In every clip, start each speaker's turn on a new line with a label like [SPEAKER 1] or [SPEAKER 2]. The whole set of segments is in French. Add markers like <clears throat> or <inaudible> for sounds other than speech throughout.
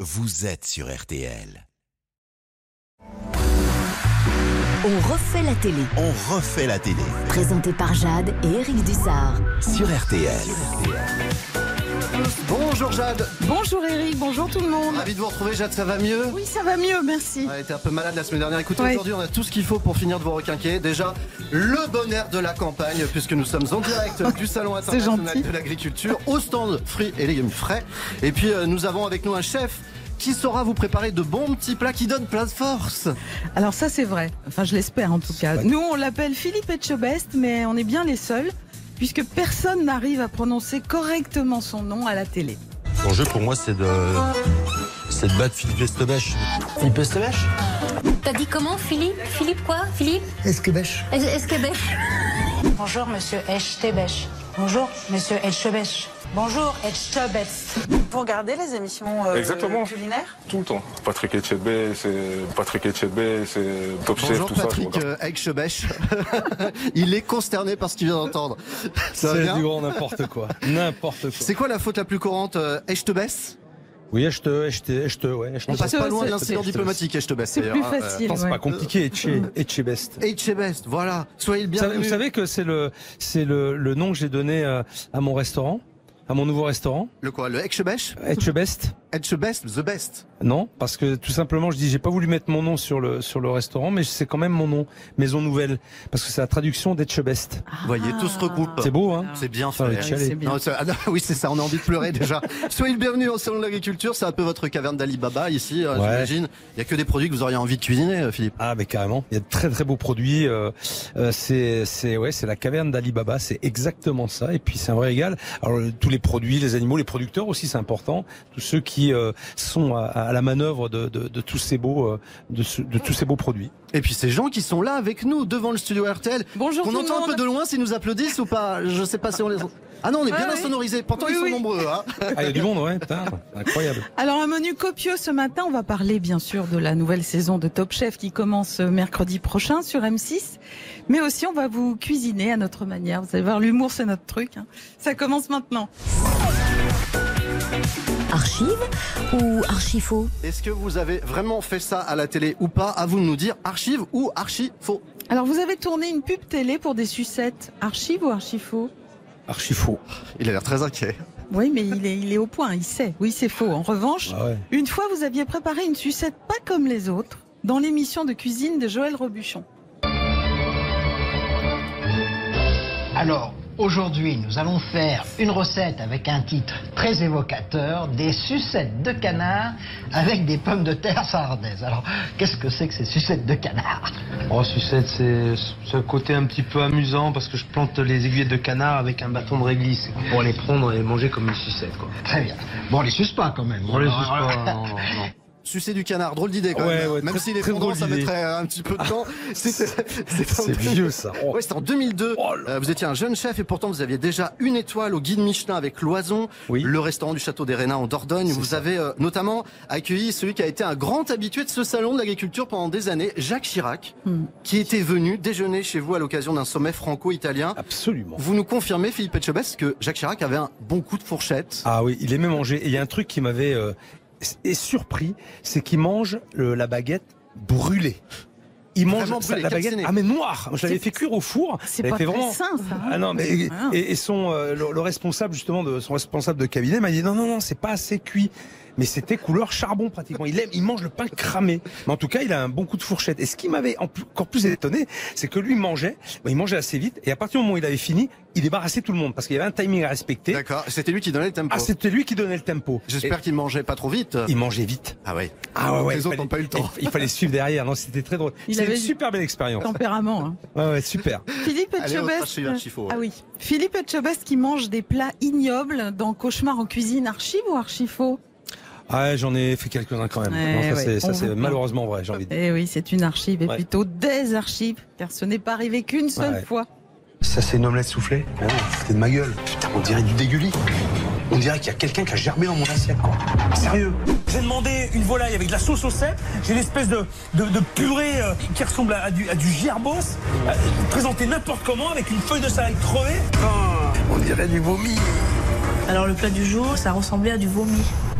[SPEAKER 1] vous êtes sur RTL.
[SPEAKER 2] On refait la télé.
[SPEAKER 1] On refait la télé
[SPEAKER 2] Présenté par Jade et Eric Dussard.
[SPEAKER 1] sur RTL.
[SPEAKER 3] Bonjour Jade,
[SPEAKER 4] Bonjour Eric, bonjour tout le monde.
[SPEAKER 3] ravi de vous retrouver Jade, ça va mieux
[SPEAKER 4] Oui, ça va mieux, merci.
[SPEAKER 3] Elle était un peu malade la semaine dernière. Écoutez,
[SPEAKER 4] Ouais.
[SPEAKER 3] aujourd'hui on a tout ce qu'il faut pour finir de vous requinquer. Déjà, le bonheur de la campagne, puisque nous sommes en direct du
[SPEAKER 4] <laughs>
[SPEAKER 3] Salon international
[SPEAKER 4] gentil.
[SPEAKER 3] de l'agriculture, au stand fruits et légumes frais. Et puis euh, nous avons avec nous un chef qui saura vous préparer de bons petits plats qui donnent plein de force.
[SPEAKER 4] Alors ça c'est vrai, enfin je l'espère en tout cas. Nous on l'appelle Philippe Etchebest, mais on est bien les seuls, puisque personne n'arrive à prononcer correctement son nom à la télé.
[SPEAKER 5] L'enjeu pour moi, c'est de, c'est de battre Philippe Estebèche. Philippe Estebèche
[SPEAKER 6] T'as dit comment Philippe Philippe quoi Philippe
[SPEAKER 7] Esquebèche.
[SPEAKER 6] Est- Est-ce que ben,
[SPEAKER 8] Bonjour, monsieur Echtebech. Bonjour, monsieur Etchebech. Bonjour, Etchebest.
[SPEAKER 9] Vous regardez les émissions euh,
[SPEAKER 10] Exactement.
[SPEAKER 9] culinaires
[SPEAKER 10] Tout le temps. Patrick Etchebest, c'est Patrick Etchebest, c'est Top Chef,
[SPEAKER 3] Bonjour
[SPEAKER 10] tout ça. je
[SPEAKER 3] Patrick
[SPEAKER 10] regarde.
[SPEAKER 3] euh, Aigchebèche. <laughs> Il est consterné par ce qu'il vient d'entendre. Ça va
[SPEAKER 5] C'est
[SPEAKER 3] bien
[SPEAKER 5] du grand n'importe
[SPEAKER 3] <laughs>
[SPEAKER 5] quoi. N'importe quoi.
[SPEAKER 3] C'est quoi la faute la plus courante euh, Aigchebèche
[SPEAKER 5] Oui, je te, je te, je te, ouais, je te.
[SPEAKER 3] On passe
[SPEAKER 4] c'est-
[SPEAKER 3] pas loin de
[SPEAKER 4] c'est-
[SPEAKER 3] l'incident
[SPEAKER 5] c'est-
[SPEAKER 3] diplomatique Aigchebèche.
[SPEAKER 4] C'est plus
[SPEAKER 3] d'ailleurs, hein, euh,
[SPEAKER 4] facile.
[SPEAKER 5] Attends, c'est
[SPEAKER 4] ouais.
[SPEAKER 5] pas
[SPEAKER 3] <laughs>
[SPEAKER 5] compliqué, Etche, Etchebest.
[SPEAKER 3] Aigchebest, voilà. Soyez le
[SPEAKER 5] Vous savez,
[SPEAKER 3] bienvenu.
[SPEAKER 5] vous savez que c'est le, c'est le, le nom que j'ai donné euh, à mon restaurant, à mon nouveau restaurant,
[SPEAKER 3] Le quoi Le Aigchebèche
[SPEAKER 5] Etchebest.
[SPEAKER 3] Edge best, the best.
[SPEAKER 5] Non, parce que tout simplement, je dis, j'ai pas voulu mettre mon nom sur le sur le restaurant, mais c'est quand même mon nom, Maison Nouvelle, parce que c'est la traduction d'Etchebest.
[SPEAKER 3] Vous voyez, tout se regroupe.
[SPEAKER 5] C'est beau, hein
[SPEAKER 3] Ah. C'est bien
[SPEAKER 5] Ah,
[SPEAKER 3] fait.
[SPEAKER 5] le
[SPEAKER 4] Ah. Oui, c'est bien.
[SPEAKER 3] Non, ça- ah non, oui, c'est ça, on a envie de pleurer
[SPEAKER 4] <laughs>
[SPEAKER 3] déjà. Soyez le bienvenu au Salon de l'Agriculture, c'est un peu votre caverne d'Alibaba ici, euh,
[SPEAKER 5] Ouais.
[SPEAKER 3] j'imagine. Il n'y a que des produits que vous auriez envie de cuisiner, euh, Philippe.
[SPEAKER 5] Ah mais carrément, il y a de très très beaux produits. euh, euh, c'est c'est ouais, c'est la caverne d'Ali Baba, c'est exactement ça. Et puis c'est un vrai régal. Alors euh, tous les produits, les animaux, les producteurs aussi, c'est important. Tous ceux qui euh, sont à, à la manœuvre de, de, de tous ces beaux euh, de, ce- de tous ces beaux produits.
[SPEAKER 3] Et puis ces gens qui sont là avec nous devant le studio RTL.
[SPEAKER 4] Bonjour
[SPEAKER 3] On
[SPEAKER 4] tout le
[SPEAKER 3] entend un
[SPEAKER 4] monde.
[SPEAKER 3] peu de loin s'ils nous applaudissent ou pas. Je sais pas si on les. Ah non, on est bien
[SPEAKER 4] Ah oui.
[SPEAKER 3] insonorisés. Pourtant,
[SPEAKER 4] Oui,
[SPEAKER 3] ils sont
[SPEAKER 4] oui.
[SPEAKER 3] nombreux.
[SPEAKER 4] <laughs>
[SPEAKER 3] Hein.
[SPEAKER 5] Ah il y a du monde, ouais, putain, incroyable.
[SPEAKER 4] Alors un menu copieux ce matin, on va parler bien sûr de la nouvelle saison de Top Chef qui commence mercredi prochain sur M6, mais aussi on va vous cuisiner à notre manière. Vous allez voir, l'humour c'est notre truc. hein. Ça commence maintenant.
[SPEAKER 2] Archive ou archifaux
[SPEAKER 3] Est-ce que vous avez vraiment fait ça à la télé ou pas À vous de nous dire archive ou archi faux.
[SPEAKER 4] Alors vous avez tourné une pub télé pour des sucettes, archive ou archifaux
[SPEAKER 5] Archi faux.
[SPEAKER 3] Il a l'air très inquiet.
[SPEAKER 4] Oui, mais il est, il est au point, il sait. Oui, c'est faux. En revanche,
[SPEAKER 5] Ah ouais.
[SPEAKER 4] une fois, vous aviez préparé une sucette pas comme les autres dans l'émission de cuisine de Joël Robuchon.
[SPEAKER 7] Alors, aujourd'hui, nous allons faire une recette avec un titre très évocateur, des sucettes de canard avec des pommes de terre sardaises. Alors, qu'est-ce que c'est que ces sucettes de canard
[SPEAKER 5] Oh sucette, c'est ce côté un petit peu amusant parce que je plante les aiguilles de canard avec un bâton de réglisse pour les prendre et manger comme une sucette quoi.
[SPEAKER 7] Très bien. Bon, on les suce pas quand même.
[SPEAKER 3] Sucer du canard, drôle d'idée quand
[SPEAKER 5] Ouais,
[SPEAKER 3] même.
[SPEAKER 5] ouais,
[SPEAKER 3] même
[SPEAKER 5] très-
[SPEAKER 3] s'il est
[SPEAKER 5] très
[SPEAKER 3] fondant,
[SPEAKER 5] drôle
[SPEAKER 3] ça
[SPEAKER 5] d'idée.
[SPEAKER 3] mettrait euh, un petit peu de
[SPEAKER 5] <laughs>
[SPEAKER 3] temps. C'était- c'était un
[SPEAKER 5] C'est
[SPEAKER 3] peu-
[SPEAKER 5] vieux Oh ça. Oh.
[SPEAKER 3] Ouais, c'était en 2002. Euh, vous étiez un jeune chef et pourtant vous aviez déjà une étoile au guide Michelin avec Loison,
[SPEAKER 5] Oui.
[SPEAKER 3] le restaurant du château des Renins en Dordogne.
[SPEAKER 5] C'est
[SPEAKER 3] Vous
[SPEAKER 5] ça.
[SPEAKER 3] avez euh, notamment accueilli celui qui a été un grand habitué de ce salon de l'agriculture pendant des années, Jacques Chirac,
[SPEAKER 4] Hmm.
[SPEAKER 3] qui était venu déjeuner chez vous à l'occasion d'un sommet
[SPEAKER 5] Ah
[SPEAKER 3] franco-italien.
[SPEAKER 5] Absolument.
[SPEAKER 3] Vous nous confirmez, Philippe Etchebest, que Jacques Chirac avait un bon coup de fourchette.
[SPEAKER 5] Ah oui, il aimait manger. Et il y a un truc qui m'avait euh, s- et surpris, c'est qu'il mange euh, la baguette brûlée. Il mange
[SPEAKER 3] Vraiment
[SPEAKER 5] sa-
[SPEAKER 3] brûlée,
[SPEAKER 5] la baguette
[SPEAKER 3] calcinée.
[SPEAKER 5] ah mais noire. Moi, Je l'avais
[SPEAKER 4] C'est-
[SPEAKER 5] fait cuire au four.
[SPEAKER 4] C'est
[SPEAKER 5] Elle
[SPEAKER 4] pas
[SPEAKER 5] fait
[SPEAKER 4] très sain, ça. hein
[SPEAKER 5] Ah non mais et,
[SPEAKER 4] Voilà.
[SPEAKER 5] et- et son euh, le, le responsable justement de son responsable de cabinet m'a dit non non non c'est pas assez cuit. Mais c'était couleur charbon pratiquement. Il aime, il mange le pain cramé. Mais en tout cas, il a un bon coup de fourchette. Et ce qui m'avait en plus- encore plus étonné, c'est que lui mangeait, bon, il mangeait assez vite. Et à partir du moment où il avait fini, il débarrassait tout le monde parce qu'il y avait un timing à respecter.
[SPEAKER 3] D'accord, c'était lui qui donnait le tempo.
[SPEAKER 5] Ah, c'était lui qui donnait le tempo.
[SPEAKER 3] J'espère qu'il mangeait pas trop vite.
[SPEAKER 5] Et Il mangeait vite.
[SPEAKER 3] Ah ouais.
[SPEAKER 5] Ah ouais, ouais.
[SPEAKER 3] Les
[SPEAKER 5] il
[SPEAKER 3] autres
[SPEAKER 5] fallait-
[SPEAKER 3] n'ont pas eu le temps.
[SPEAKER 5] Il, il fallait suivre derrière. Non, c'était très drôle.
[SPEAKER 4] Il
[SPEAKER 5] C'était
[SPEAKER 4] avait
[SPEAKER 5] une
[SPEAKER 4] du-
[SPEAKER 5] super belle expérience.
[SPEAKER 4] Tempérament.
[SPEAKER 5] <laughs>
[SPEAKER 4] hein.
[SPEAKER 5] Ouais,
[SPEAKER 4] <laughs>
[SPEAKER 5] ouais, super.
[SPEAKER 4] Philippe
[SPEAKER 3] Allez, on
[SPEAKER 4] Etchebest.
[SPEAKER 3] chez Yvan Chiffo, ouais.
[SPEAKER 4] Ah oui. Philippe Etchebest qui mange des plats ignobles dans Cauchemar en cuisine, archive ou archifaux
[SPEAKER 5] Ah, ouais, j'en ai fait quelques-uns quand même.
[SPEAKER 4] Ouais,
[SPEAKER 5] Non, ça,
[SPEAKER 4] ouais.
[SPEAKER 5] c'est, ça,
[SPEAKER 4] On
[SPEAKER 5] c'est
[SPEAKER 4] vous-
[SPEAKER 5] malheureusement vrai, j'ai envie de dire.
[SPEAKER 4] Eh oui, c'est une archive, et
[SPEAKER 5] Ouais.
[SPEAKER 4] plutôt des archives, car ce n'est pas arrivé qu'une seule
[SPEAKER 5] Ouais.
[SPEAKER 4] fois.
[SPEAKER 5] Ça, c'est une omelette soufflée
[SPEAKER 7] C'était de ma gueule. Putain, on dirait du déguli. On dirait qu'il y a quelqu'un qui a germé dans mon assiette, quoi. Sérieux.
[SPEAKER 5] J'ai demandé une volaille avec de la sauce au cèpe. J'ai une espèce de, de, purée euh, qui ressemble à, du, à du gerbos, présentée n'importe comment avec une feuille de salade crevée.
[SPEAKER 7] Ah, On dirait du vomi.
[SPEAKER 8] Alors, le plat du jour, ça ressemblait à du vomi.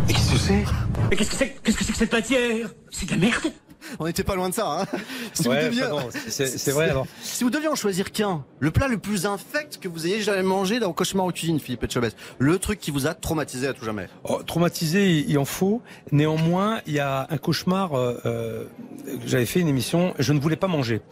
[SPEAKER 11] Mais qu'est-ce que c'est Mais qu'est-ce que c'est Qu'est-ce que c'est que cette matière C'est de la merde
[SPEAKER 3] <laughs> On n'était pas loin de ça. hein. si
[SPEAKER 5] Ouais,
[SPEAKER 3] vous deviez...
[SPEAKER 5] pardon, c'est- c'est vrai, alors.
[SPEAKER 3] Si vous deviez en choisir qu'un, le plat le plus infect que vous ayez jamais mangé dans Cauchemar en cuisine, Philippe Etchebest, le truc qui vous a traumatisé à tout jamais.
[SPEAKER 5] Oh, traumatisé, il en faut. Néanmoins, il y a un cauchemar. euh, euh, j'avais fait une émission, je ne voulais pas manger.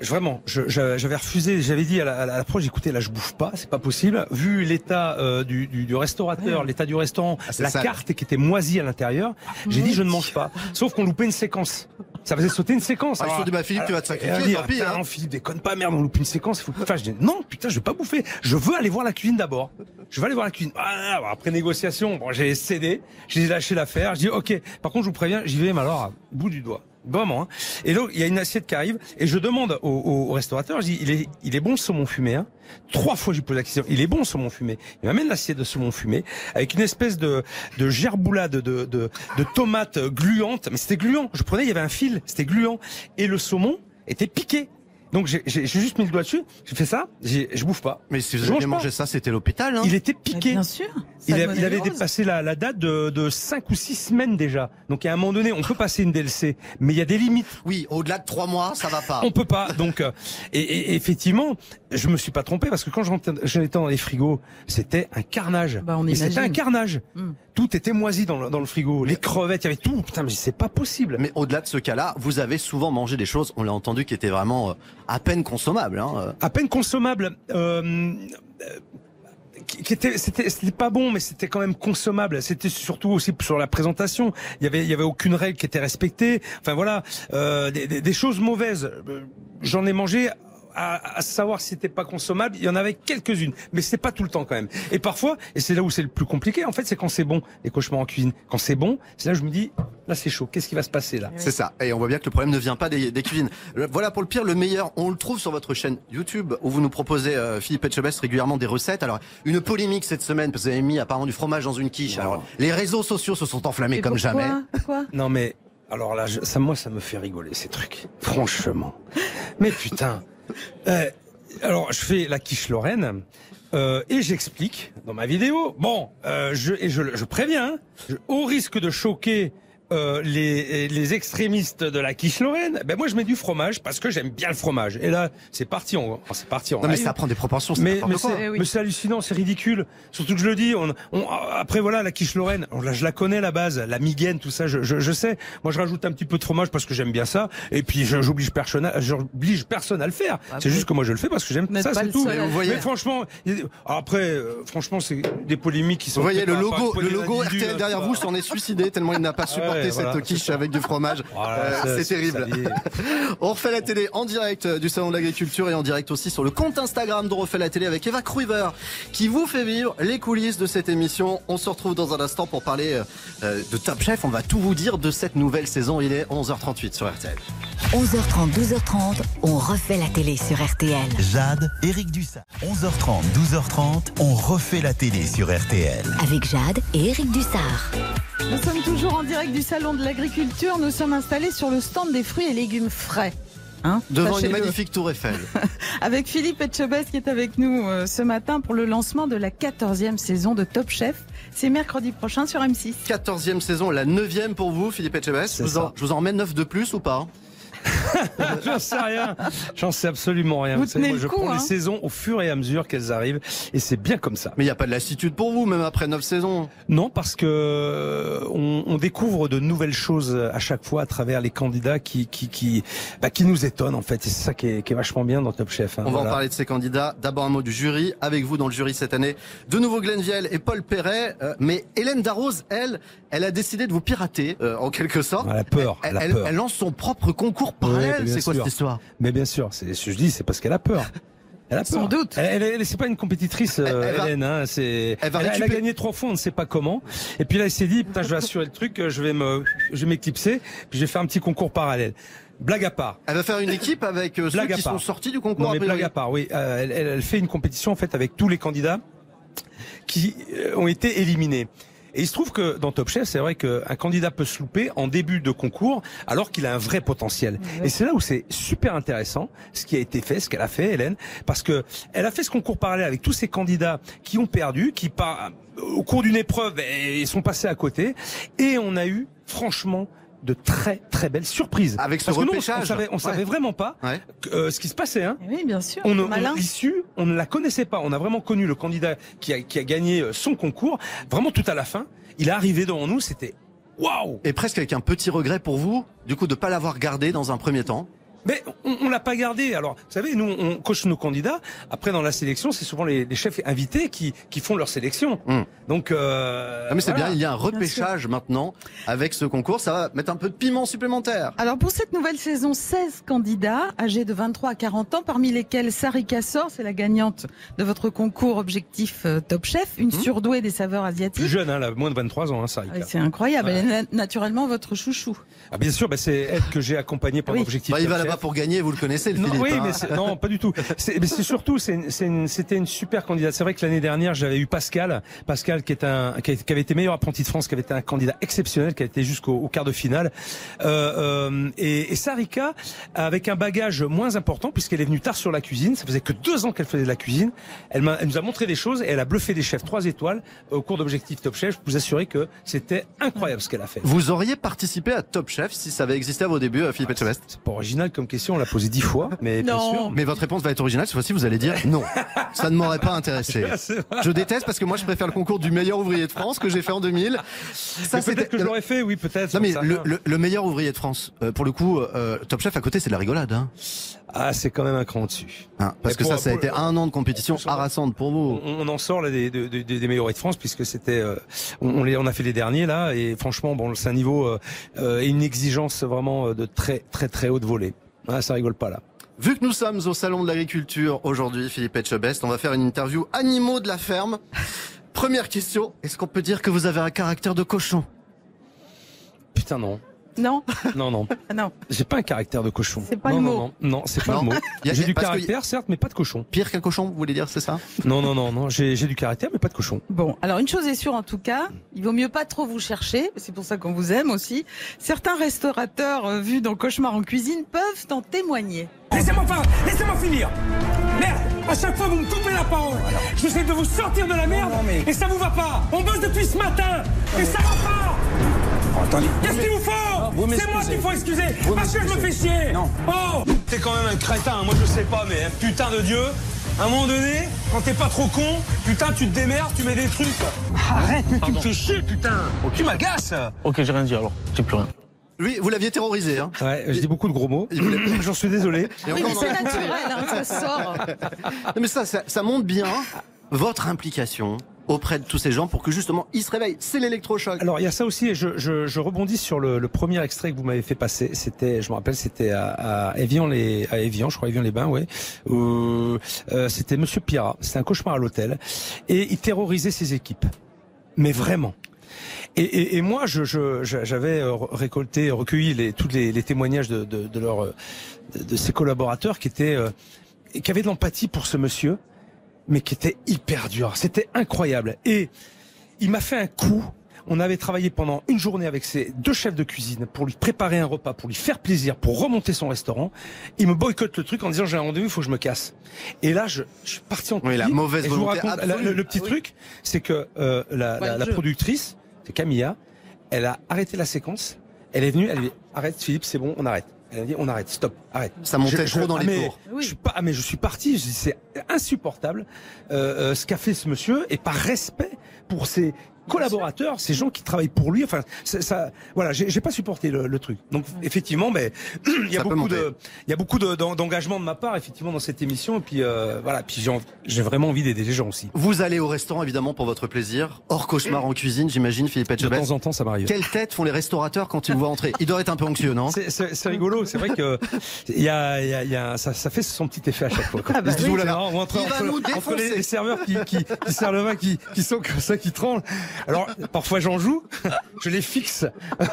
[SPEAKER 5] Je- Vraiment, je- je- j'avais refusé, j'avais dit à la, à la proche, écoutez, là je bouffe pas, c'est pas possible. Vu l'état euh, du, du- du restaurateur, l'état du restaurant,
[SPEAKER 3] Ah, c'est
[SPEAKER 5] la
[SPEAKER 3] sale. Ah,
[SPEAKER 5] carte qui était moisie à l'intérieur, j'ai
[SPEAKER 3] mon
[SPEAKER 5] dit je ne mange pas. Sauf qu'on loupait une séquence. Ça faisait sauter une séquence. Euh,
[SPEAKER 3] Ah, ils se sont dit, bah, Philippe, tu vas te sacrifier,
[SPEAKER 5] elle dit,
[SPEAKER 3] tant pis,
[SPEAKER 5] putain,
[SPEAKER 3] hein.
[SPEAKER 5] non, Philippe, déconne pas, merde, on loupe une séquence. il Faut... que- Enfin, je dis, non, putain, je vais pas bouffer. Je veux aller voir la cuisine d'abord. Je veux aller voir la cuisine. Ah, bah, après négociation, bon, j'ai cédé, j'ai lâché l'affaire. Je dis, ok, par contre, je vous préviens, j'y vais, mais alors, à bout du doigt. Vraiment. hein. Et donc, il y a une assiette qui arrive et je demande au, au- au restaurateur, je dis, il est, il est bon le saumon fumé. Hein Trois fois, je lui pose la question, il est bon le saumon fumé. Il m'amène l'assiette de saumon fumé avec une espèce de, de gerboulade de, de, de tomates gluantes. Mais c'était gluant. Je prenais, il y avait un fil, c'était gluant. Et le saumon était piqué. Donc j'ai j'ai- j'ai juste mis le doigt dessus, j'ai fait ça, j'ai- je bouffe pas.
[SPEAKER 3] Mais si vous
[SPEAKER 5] Je
[SPEAKER 3] aviez
[SPEAKER 5] mange pas.
[SPEAKER 3] mangé ça, c'était l'hôpital. hein.
[SPEAKER 5] Il était piqué.
[SPEAKER 4] Bien sûr.
[SPEAKER 5] Il, a- il
[SPEAKER 4] salmonellose.
[SPEAKER 5] avait dépassé la, la date de, de 5 ou 6 semaines déjà. Donc à un moment donné, on peut passer une DLC, mais il y a des limites.
[SPEAKER 3] Oui, au-delà de trois mois, ça va pas.
[SPEAKER 5] On peut pas. Donc euh, et, et- effectivement, je me suis pas trompé parce que quand je rentrais- j'étais dans les frigos, c'était un carnage.
[SPEAKER 4] Bah, on
[SPEAKER 5] Mais c'était
[SPEAKER 4] imagine.
[SPEAKER 5] un carnage.
[SPEAKER 4] Mm.
[SPEAKER 5] Tout était moisi dans le, dans le frigo, les crevettes, il y avait tout. Putain, mais c'est pas possible.
[SPEAKER 3] Mais au-delà de ce cas-là, vous avez souvent mangé des choses, on l'a entendu, qui étaient vraiment euh, à peine consommables. hein, euh.
[SPEAKER 5] à peine consommable. Euh, euh, qui qui était c'était c'était pas bon mais c'était quand même consommable c'était surtout aussi sur la présentation il y avait il y avait aucune règle qui était respectée enfin voilà euh, des, des- des choses mauvaises Euh, j'en ai mangé à, à savoir si c'était pas consommable il y en avait quelques-unes mais c'est pas tout le temps quand même et parfois et c'est là où c'est le plus compliqué en fait c'est quand c'est bon les cauchemars en cuisine quand c'est bon c'est là où je me dis là c'est chaud qu'est-ce qui va se passer là
[SPEAKER 3] C'est ça. Et on voit bien que le problème ne vient pas des, des cuisines. Le- Voilà pour le pire, le meilleur. On le trouve sur votre chaîne YouTube où vous nous proposez, euh, Philippe Etchebest, régulièrement des recettes. Alors, une polémique cette semaine parce que vous avez mis apparemment du fromage dans une quiche. Alors, les réseaux sociaux se sont enflammés
[SPEAKER 4] Et
[SPEAKER 3] comme
[SPEAKER 4] pourquoi
[SPEAKER 3] jamais.
[SPEAKER 4] Pourquoi
[SPEAKER 5] Non mais alors là, je- ça, moi, ça me fait rigoler ces trucs. Franchement.
[SPEAKER 3] <laughs>
[SPEAKER 5] Mais putain. Euh, alors, je fais la quiche Lorraine euh, et j'explique dans ma vidéo. Bon, euh, je, et je, le- je préviens, hein, je- au risque de choquer. euh, les, les extrémistes de la quiche Lorraine, ben moi je mets du fromage parce que j'aime bien le fromage. Et là, c'est parti, on, c'est parti. on
[SPEAKER 3] Non, mais
[SPEAKER 4] Ah,
[SPEAKER 5] arrive.
[SPEAKER 3] ça prend des proportions. c'est
[SPEAKER 5] Mais,
[SPEAKER 3] n'importe
[SPEAKER 5] mais
[SPEAKER 3] quoi.
[SPEAKER 5] c'est
[SPEAKER 4] Eh oui.
[SPEAKER 5] mais c'est hallucinant, c'est ridicule. Surtout que je le dis, on, on- après voilà, la quiche Lorraine, on la- je la connais la base, la migaine, tout ça, je, je, je sais. Moi je rajoute un petit peu de fromage parce que j'aime bien ça, et puis je- j'oblige personne, à- j'oblige personne à le faire. C'est juste que moi je le fais parce que j'aime
[SPEAKER 4] Ah Vous n'êtes
[SPEAKER 5] ça,
[SPEAKER 4] pas
[SPEAKER 5] c'est
[SPEAKER 4] le
[SPEAKER 5] tout.
[SPEAKER 4] seul à le
[SPEAKER 5] Mais,
[SPEAKER 3] faire.
[SPEAKER 5] franchement, il y a des- après, euh, franchement, c'est des polémiques qui sont.
[SPEAKER 3] Vous voyez
[SPEAKER 5] faites
[SPEAKER 3] le
[SPEAKER 5] par- par une
[SPEAKER 3] logo, le
[SPEAKER 5] poignée
[SPEAKER 3] logo
[SPEAKER 5] d'individus,
[SPEAKER 3] RTL
[SPEAKER 5] hein,
[SPEAKER 3] derrière
[SPEAKER 5] tu
[SPEAKER 3] vous
[SPEAKER 5] vois.
[SPEAKER 3] s'en est suicidé tellement il n'a pas supporté
[SPEAKER 5] ouais,
[SPEAKER 3] cette
[SPEAKER 5] voilà,
[SPEAKER 3] quiche
[SPEAKER 5] c'est ça.
[SPEAKER 3] avec du fromage.
[SPEAKER 5] <laughs> Voilà,
[SPEAKER 3] Euh,
[SPEAKER 5] ça,
[SPEAKER 3] c'est
[SPEAKER 5] c'est-
[SPEAKER 3] terrible.
[SPEAKER 5] ça y est.
[SPEAKER 3] <laughs> On refait la télé en direct euh, du salon de l'agriculture et en direct aussi sur le compte Instagram de refait la télé avec Eva Cruiver qui vous fait vivre les coulisses de cette émission. On se retrouve dans un instant pour parler euh, euh, de Top Chef. On va tout vous dire de cette nouvelle saison. Il est 11h38 sur RTL.
[SPEAKER 2] 11h30, 12h30, on refait la télé sur RTL.
[SPEAKER 1] Jade, Eric Dussard. 11h30, 12h30, on refait la télé sur RTL.
[SPEAKER 2] Avec Jade et Eric Dussard.
[SPEAKER 4] Nous sommes toujours en direct du salon de l'agriculture. Nous sommes installés sur le stand des fruits et légumes frais. Hein
[SPEAKER 3] Devant une
[SPEAKER 4] Sachez-le.
[SPEAKER 3] magnifique tour Eiffel.
[SPEAKER 4] Avec Philippe Etchebest qui est avec nous euh, ce matin pour le lancement de la 14e saison de Top Chef. C'est mercredi prochain sur M6.
[SPEAKER 3] 14e saison, la 9e pour vous, Philippe Etchebest. Je
[SPEAKER 5] C'est
[SPEAKER 3] vous en-
[SPEAKER 5] ça.
[SPEAKER 3] je vous en mets 9 de plus ou pas
[SPEAKER 5] <laughs>
[SPEAKER 3] hein.
[SPEAKER 5] J'en sais rien. J'en sais absolument rien.
[SPEAKER 4] Vous
[SPEAKER 5] savez,
[SPEAKER 4] tenez
[SPEAKER 5] moi,
[SPEAKER 4] le
[SPEAKER 5] je
[SPEAKER 4] coup,
[SPEAKER 5] prends
[SPEAKER 4] hein.
[SPEAKER 5] les saisons au fur et à mesure qu'elles arrivent, et c'est bien comme ça.
[SPEAKER 3] Mais il n'y a pas de lassitude pour vous, même après 9 saisons.
[SPEAKER 5] Non, parce que euh, on, on découvre de nouvelles choses à chaque fois à travers les candidats qui qui qui, bah, qui nous étonnent en fait. Et c'est ça qui est, qui est vachement bien dans Top Chef. hein.
[SPEAKER 3] On va
[SPEAKER 5] Voilà.
[SPEAKER 3] en parler de ces candidats. D'abord un mot du jury. Avec vous dans le jury cette année, de nouveau Glenn Viel et Paul Perret. Euh, mais Hélène Darroze, elle, elle a décidé de vous pirater, euh, en quelque sorte.
[SPEAKER 5] Ah, la peur,
[SPEAKER 3] Elle,
[SPEAKER 5] la
[SPEAKER 3] elle-
[SPEAKER 5] peur.
[SPEAKER 3] elle lance son propre concours
[SPEAKER 5] Ouais,
[SPEAKER 3] parallèle.
[SPEAKER 5] bien
[SPEAKER 3] c'est quoi
[SPEAKER 5] sûr.
[SPEAKER 3] cette histoire
[SPEAKER 5] Mais bien sûr, c'est ce que je dis, c'est parce qu'elle a peur. Elle a peur.
[SPEAKER 4] Sans doute.
[SPEAKER 5] Elle, elle- elle- c'est pas une compétitrice, euh,
[SPEAKER 3] Elle- elle va-
[SPEAKER 5] Hélène. hein, c'est.
[SPEAKER 3] elle va
[SPEAKER 5] a- a
[SPEAKER 3] récupérer-
[SPEAKER 5] gagné trois fois, on ne sait pas comment. Et puis là, elle s'est dit, putain, je vais assurer le truc, euh, je vais me, je vais m'éclipser, puis je vais faire un petit concours parallèle. Blague à part.
[SPEAKER 3] Elle va faire une équipe avec euh, ceux
[SPEAKER 5] <laughs> Blague à
[SPEAKER 3] qui
[SPEAKER 5] part.
[SPEAKER 3] sont sortis du concours.
[SPEAKER 5] Non mais
[SPEAKER 3] a priori.
[SPEAKER 5] blague à part, oui, euh, elle, elle- elle fait une compétition en fait avec tous les candidats qui euh, ont été éliminés. Et il se trouve que dans Top Chef, c'est vrai qu'un candidat peut se louper en début de concours alors qu'il a un vrai potentiel. Et c'est là où c'est super intéressant ce qui a été fait, ce qu'elle a fait, Hélène, parce que elle a fait ce concours parallèle avec tous ces candidats qui ont perdu, qui par euh, au cours d'une épreuve, eh, ils sont passés à côté, et on a eu franchement de très très belles surprises.
[SPEAKER 3] Avec ce
[SPEAKER 5] Parce que nous, on- on
[SPEAKER 3] repêchage.
[SPEAKER 5] savait, on savait
[SPEAKER 3] Ouais.
[SPEAKER 5] vraiment pas
[SPEAKER 3] Ouais.
[SPEAKER 5] que, euh, ce qui se passait. Hein.
[SPEAKER 4] Eh Oui, bien sûr.
[SPEAKER 5] On, ne-
[SPEAKER 4] malin.
[SPEAKER 5] on- l'issue, on ne la connaissait pas. On a vraiment connu le candidat qui a, qui a gagné euh, son concours, vraiment tout à la fin. Il est arrivé devant nous, c'était waouh
[SPEAKER 3] Et presque avec un petit regret pour vous, du coup, de pas l'avoir gardé dans un premier temps.
[SPEAKER 5] Mais on, on l'a pas gardé. Alors, vous savez, nous, on coche nos candidats. Après, dans la sélection, c'est souvent les, les chefs invités qui, qui font leur sélection.
[SPEAKER 3] Hum.
[SPEAKER 5] Donc, euh,
[SPEAKER 3] Ah, mais c'est
[SPEAKER 5] voilà.
[SPEAKER 3] bien, il y a un
[SPEAKER 4] Bien sûr.
[SPEAKER 3] repêchage maintenant avec ce concours. Ça va mettre un peu de piment supplémentaire.
[SPEAKER 4] Alors pour cette nouvelle saison, 16 candidats âgés de 23 à 40 ans, parmi lesquels Sari Kassor, c'est la gagnante de votre concours Objectif euh, Top Chef, une
[SPEAKER 5] Mmh.
[SPEAKER 4] surdouée des saveurs
[SPEAKER 5] Plus
[SPEAKER 4] asiatiques.
[SPEAKER 5] jeune, hein, là, moins de 23 ans, hein, ça.
[SPEAKER 4] Ah, C'est incroyable,
[SPEAKER 5] Ouais.
[SPEAKER 4] elle est na- naturellement votre chouchou.
[SPEAKER 5] Ah, bien sûr, bah, c'est elle que j'ai accompagnée pendant
[SPEAKER 4] Ah Oui.
[SPEAKER 5] Objectif.
[SPEAKER 3] Bah, il va
[SPEAKER 5] Chef.
[SPEAKER 3] là-bas pour gagner, vous le connaissez, le
[SPEAKER 5] Non,
[SPEAKER 3] Philippe.
[SPEAKER 5] oui,
[SPEAKER 3] hein.
[SPEAKER 5] mais c'est- non, pas du tout. C'est- Mais c'est surtout, c'est une- c'est une- c'était une, super candidate. C'est vrai que l'année dernière, j'avais eu Pascal, Pascal qui est un, qui, a- qui avait été meilleur apprenti de France, qui avait été un candidat exceptionnel, qui a été jusqu'au au quart de finale. Euh, euh, et, et Sarika, avec un bagage moins important, puisqu'elle est venue tard sur la cuisine. Ça faisait que deux ans qu'elle faisait de la cuisine. Elle, m'a- elle nous a montré des choses et elle a bluffé des chefs trois étoiles euh, au cours d'Objectif Top Chef. Je peux vous assurer que c'était incroyable ce qu'elle a fait.
[SPEAKER 3] Vous auriez participé à Top Chef si ça avait existé à vos débuts, euh, Philippe Etchebest.
[SPEAKER 5] C'est pas original comme question, on l'a posé dix fois, mais bien
[SPEAKER 4] Non.
[SPEAKER 5] sûr.
[SPEAKER 3] Mais votre réponse va être originale. Cette fois-ci, vous allez dire non. Ça ne m'aurait pas intéressé.
[SPEAKER 5] <laughs> C'est vrai.
[SPEAKER 3] Je déteste parce que moi, je préfère le concours du meilleur ouvrier de France que j'ai fait en 2000. Ça,
[SPEAKER 5] Mais
[SPEAKER 3] c'était-
[SPEAKER 5] peut-être que je l'aurais fait, oui, peut-être.
[SPEAKER 3] Non
[SPEAKER 5] j'en
[SPEAKER 3] mais
[SPEAKER 5] sais
[SPEAKER 3] le,
[SPEAKER 5] rien.
[SPEAKER 3] le- le meilleur ouvrier de France, euh, pour le coup, euh, Top Chef à côté, c'est de la rigolade, hein.
[SPEAKER 5] Ah, c'est quand même un cran dessus.
[SPEAKER 3] Hein, parce
[SPEAKER 5] Et
[SPEAKER 3] que
[SPEAKER 5] pour-
[SPEAKER 3] ça, ça a
[SPEAKER 5] pour-
[SPEAKER 3] été un an de compétition harassante pour
[SPEAKER 5] On,
[SPEAKER 3] vous.
[SPEAKER 5] on en sort là des, des, des, des meilleurs de France puisque c'était, euh, on, on les, on a fait les derniers là et franchement, bon, c'est un niveau euh, euh, et une exigence vraiment euh, de très très très haute volée. Ah, ça rigole pas là.
[SPEAKER 3] Vu que nous sommes au salon de l'agriculture aujourd'hui, Philippe Etchebest, on va faire une interview animaux de la ferme. Première question est-ce qu'on peut dire que vous avez un caractère de cochon
[SPEAKER 5] Putain non,
[SPEAKER 4] Non, <laughs>
[SPEAKER 5] non non,
[SPEAKER 4] Ah non,
[SPEAKER 5] j'ai pas un caractère de cochon.
[SPEAKER 4] C'est pas
[SPEAKER 5] non,
[SPEAKER 4] le
[SPEAKER 5] non,
[SPEAKER 4] mot.
[SPEAKER 5] Non, non, c'est pas
[SPEAKER 3] Non.
[SPEAKER 5] le mot.
[SPEAKER 3] Y a-
[SPEAKER 5] J'ai du
[SPEAKER 3] parce que-
[SPEAKER 5] caractère certes, mais pas de cochon.
[SPEAKER 3] Pire qu'un cochon, vous voulez dire, c'est ça
[SPEAKER 5] Non non non non, j'ai j'ai du caractère mais pas de cochon.
[SPEAKER 4] Bon, alors une chose est sûre en tout cas, il vaut mieux pas trop vous chercher, c'est pour ça qu'on vous aime aussi. Certains restaurateurs euh, vus dans Cauchemar en cuisine peuvent en témoigner.
[SPEAKER 3] Ah
[SPEAKER 11] Laissez-moi faire, laissez-moi finir. Merde, à chaque fois vous me coupez la parole. J'essaie de vous sortir de la merde et ça vous va pas. On bosse depuis ce matin et ça va pas. Qu'est-ce qu'il vous faut C'est moi qu'il faut excuser. Parce que je me fais chier. Oh T'es quand même un crétin, moi je sais pas, mais hein, putain de Dieu. À un moment donné, quand t'es pas trop con, putain, tu te démerdes, tu mets des trucs. Arrête, mais tu me fais chier, putain. Tu m'agaces.
[SPEAKER 12] Ok, j'ai rien dit alors, j'ai plus rien.
[SPEAKER 3] Lui, vous l'aviez terrorisé, hein
[SPEAKER 5] Ouais, je dis beaucoup de gros mots. <clears throat> J'en suis désolé.
[SPEAKER 3] Et
[SPEAKER 4] Ah Oui,
[SPEAKER 3] encore,
[SPEAKER 4] mais
[SPEAKER 3] on en
[SPEAKER 4] c'est
[SPEAKER 3] a <laughs> compris.
[SPEAKER 4] naturel, hein, ça sort.
[SPEAKER 3] <laughs> Non, mais ça, ça, ça montre bien votre implication auprès de tous ces gens pour que justement ils se réveillent. C'est l'électrochoc.
[SPEAKER 5] Alors il y a ça aussi, et je, je, je rebondis sur le, le premier extrait que vous m'avez fait passer. C'était, je me rappelle, c'était à, à Evian les, à Evian, je crois Evian les Bains, ouais. Euh, euh, c'était Monsieur Pirat. C'était un cauchemar à l'hôtel, et il terrorisait ses équipes. Mais vraiment. Et, et- et moi, je, je- je- j'avais euh, récolté, recueilli les, tous les, les témoignages de, de, de leurs, euh, de, de ses collaborateurs qui étaient, euh, qui avaient de l'empathie pour ce monsieur, mais qui était hyper dur. C'était incroyable. Et il m'a fait un coup. On avait travaillé pendant une journée avec ses deux chefs de cuisine pour lui préparer un repas, pour lui faire plaisir, pour remonter son restaurant. Il me boycotte le truc en disant j'ai un rendez-vous, il faut que je me casse. Et là, je, je suis parti en
[SPEAKER 3] Oui, la
[SPEAKER 5] couille.
[SPEAKER 3] mauvaise
[SPEAKER 5] Et je vous
[SPEAKER 3] volonté
[SPEAKER 5] raconte la-
[SPEAKER 3] absolue.
[SPEAKER 5] le, le petit
[SPEAKER 3] Ah oui.
[SPEAKER 5] truc, c'est que euh,
[SPEAKER 4] Voilà
[SPEAKER 5] la,
[SPEAKER 4] le
[SPEAKER 5] la- la
[SPEAKER 4] jeu.
[SPEAKER 5] productrice, c'est Camilla, elle a arrêté la séquence. Elle est venue, elle lui dit arrête Philippe, c'est bon, on arrête. Elle a dit on arrête, stop, arrête.
[SPEAKER 3] Ça montait
[SPEAKER 5] Je-
[SPEAKER 3] trop
[SPEAKER 5] je-
[SPEAKER 3] dans
[SPEAKER 5] ah,
[SPEAKER 3] les
[SPEAKER 5] mais
[SPEAKER 3] tours.
[SPEAKER 4] Oui.
[SPEAKER 5] Je suis pas, ah, mais je suis parti. je dis, C'est insupportable euh, euh, ce qu'a fait ce monsieur et par respect pour ses collaborateurs, ces gens qui travaillent pour lui. Enfin, ça, ça- voilà, j'ai j'ai pas supporté le, le truc. Donc effectivement, ben <clears throat> il y a
[SPEAKER 3] Ça peut
[SPEAKER 5] beaucoup
[SPEAKER 3] monter.
[SPEAKER 5] de, il y a beaucoup de- d'en- d'engagement de ma part effectivement dans cette émission. Et puis euh, voilà, puis j'ai env- j'ai vraiment envie d'aider les gens aussi.
[SPEAKER 3] Vous allez au restaurant évidemment pour votre plaisir. Hors cauchemar en cuisine, j'imagine, Philippe
[SPEAKER 5] De temps
[SPEAKER 3] Etchebest.
[SPEAKER 5] en temps, ça m'arrive.
[SPEAKER 3] Quelle tête font les restaurateurs quand ils vous voient entrer Ils doivent être un peu anxieux, non
[SPEAKER 5] C'est- C'est c'est rigolo, c'est vrai que il y a, il y a- il y a- ça, ça fait son petit effet à chaque fois.
[SPEAKER 4] bah
[SPEAKER 5] Ils se disent,
[SPEAKER 4] oui.
[SPEAKER 5] oulala, on va entrer
[SPEAKER 3] Il va
[SPEAKER 5] entre,
[SPEAKER 3] nous
[SPEAKER 5] entre
[SPEAKER 3] défoncer.
[SPEAKER 5] les, les serveurs qui, qui, qui servent le vin, qui, qui sont comme ça, qui tremblent, Alors, parfois j'en joue, je les fixe <laughs>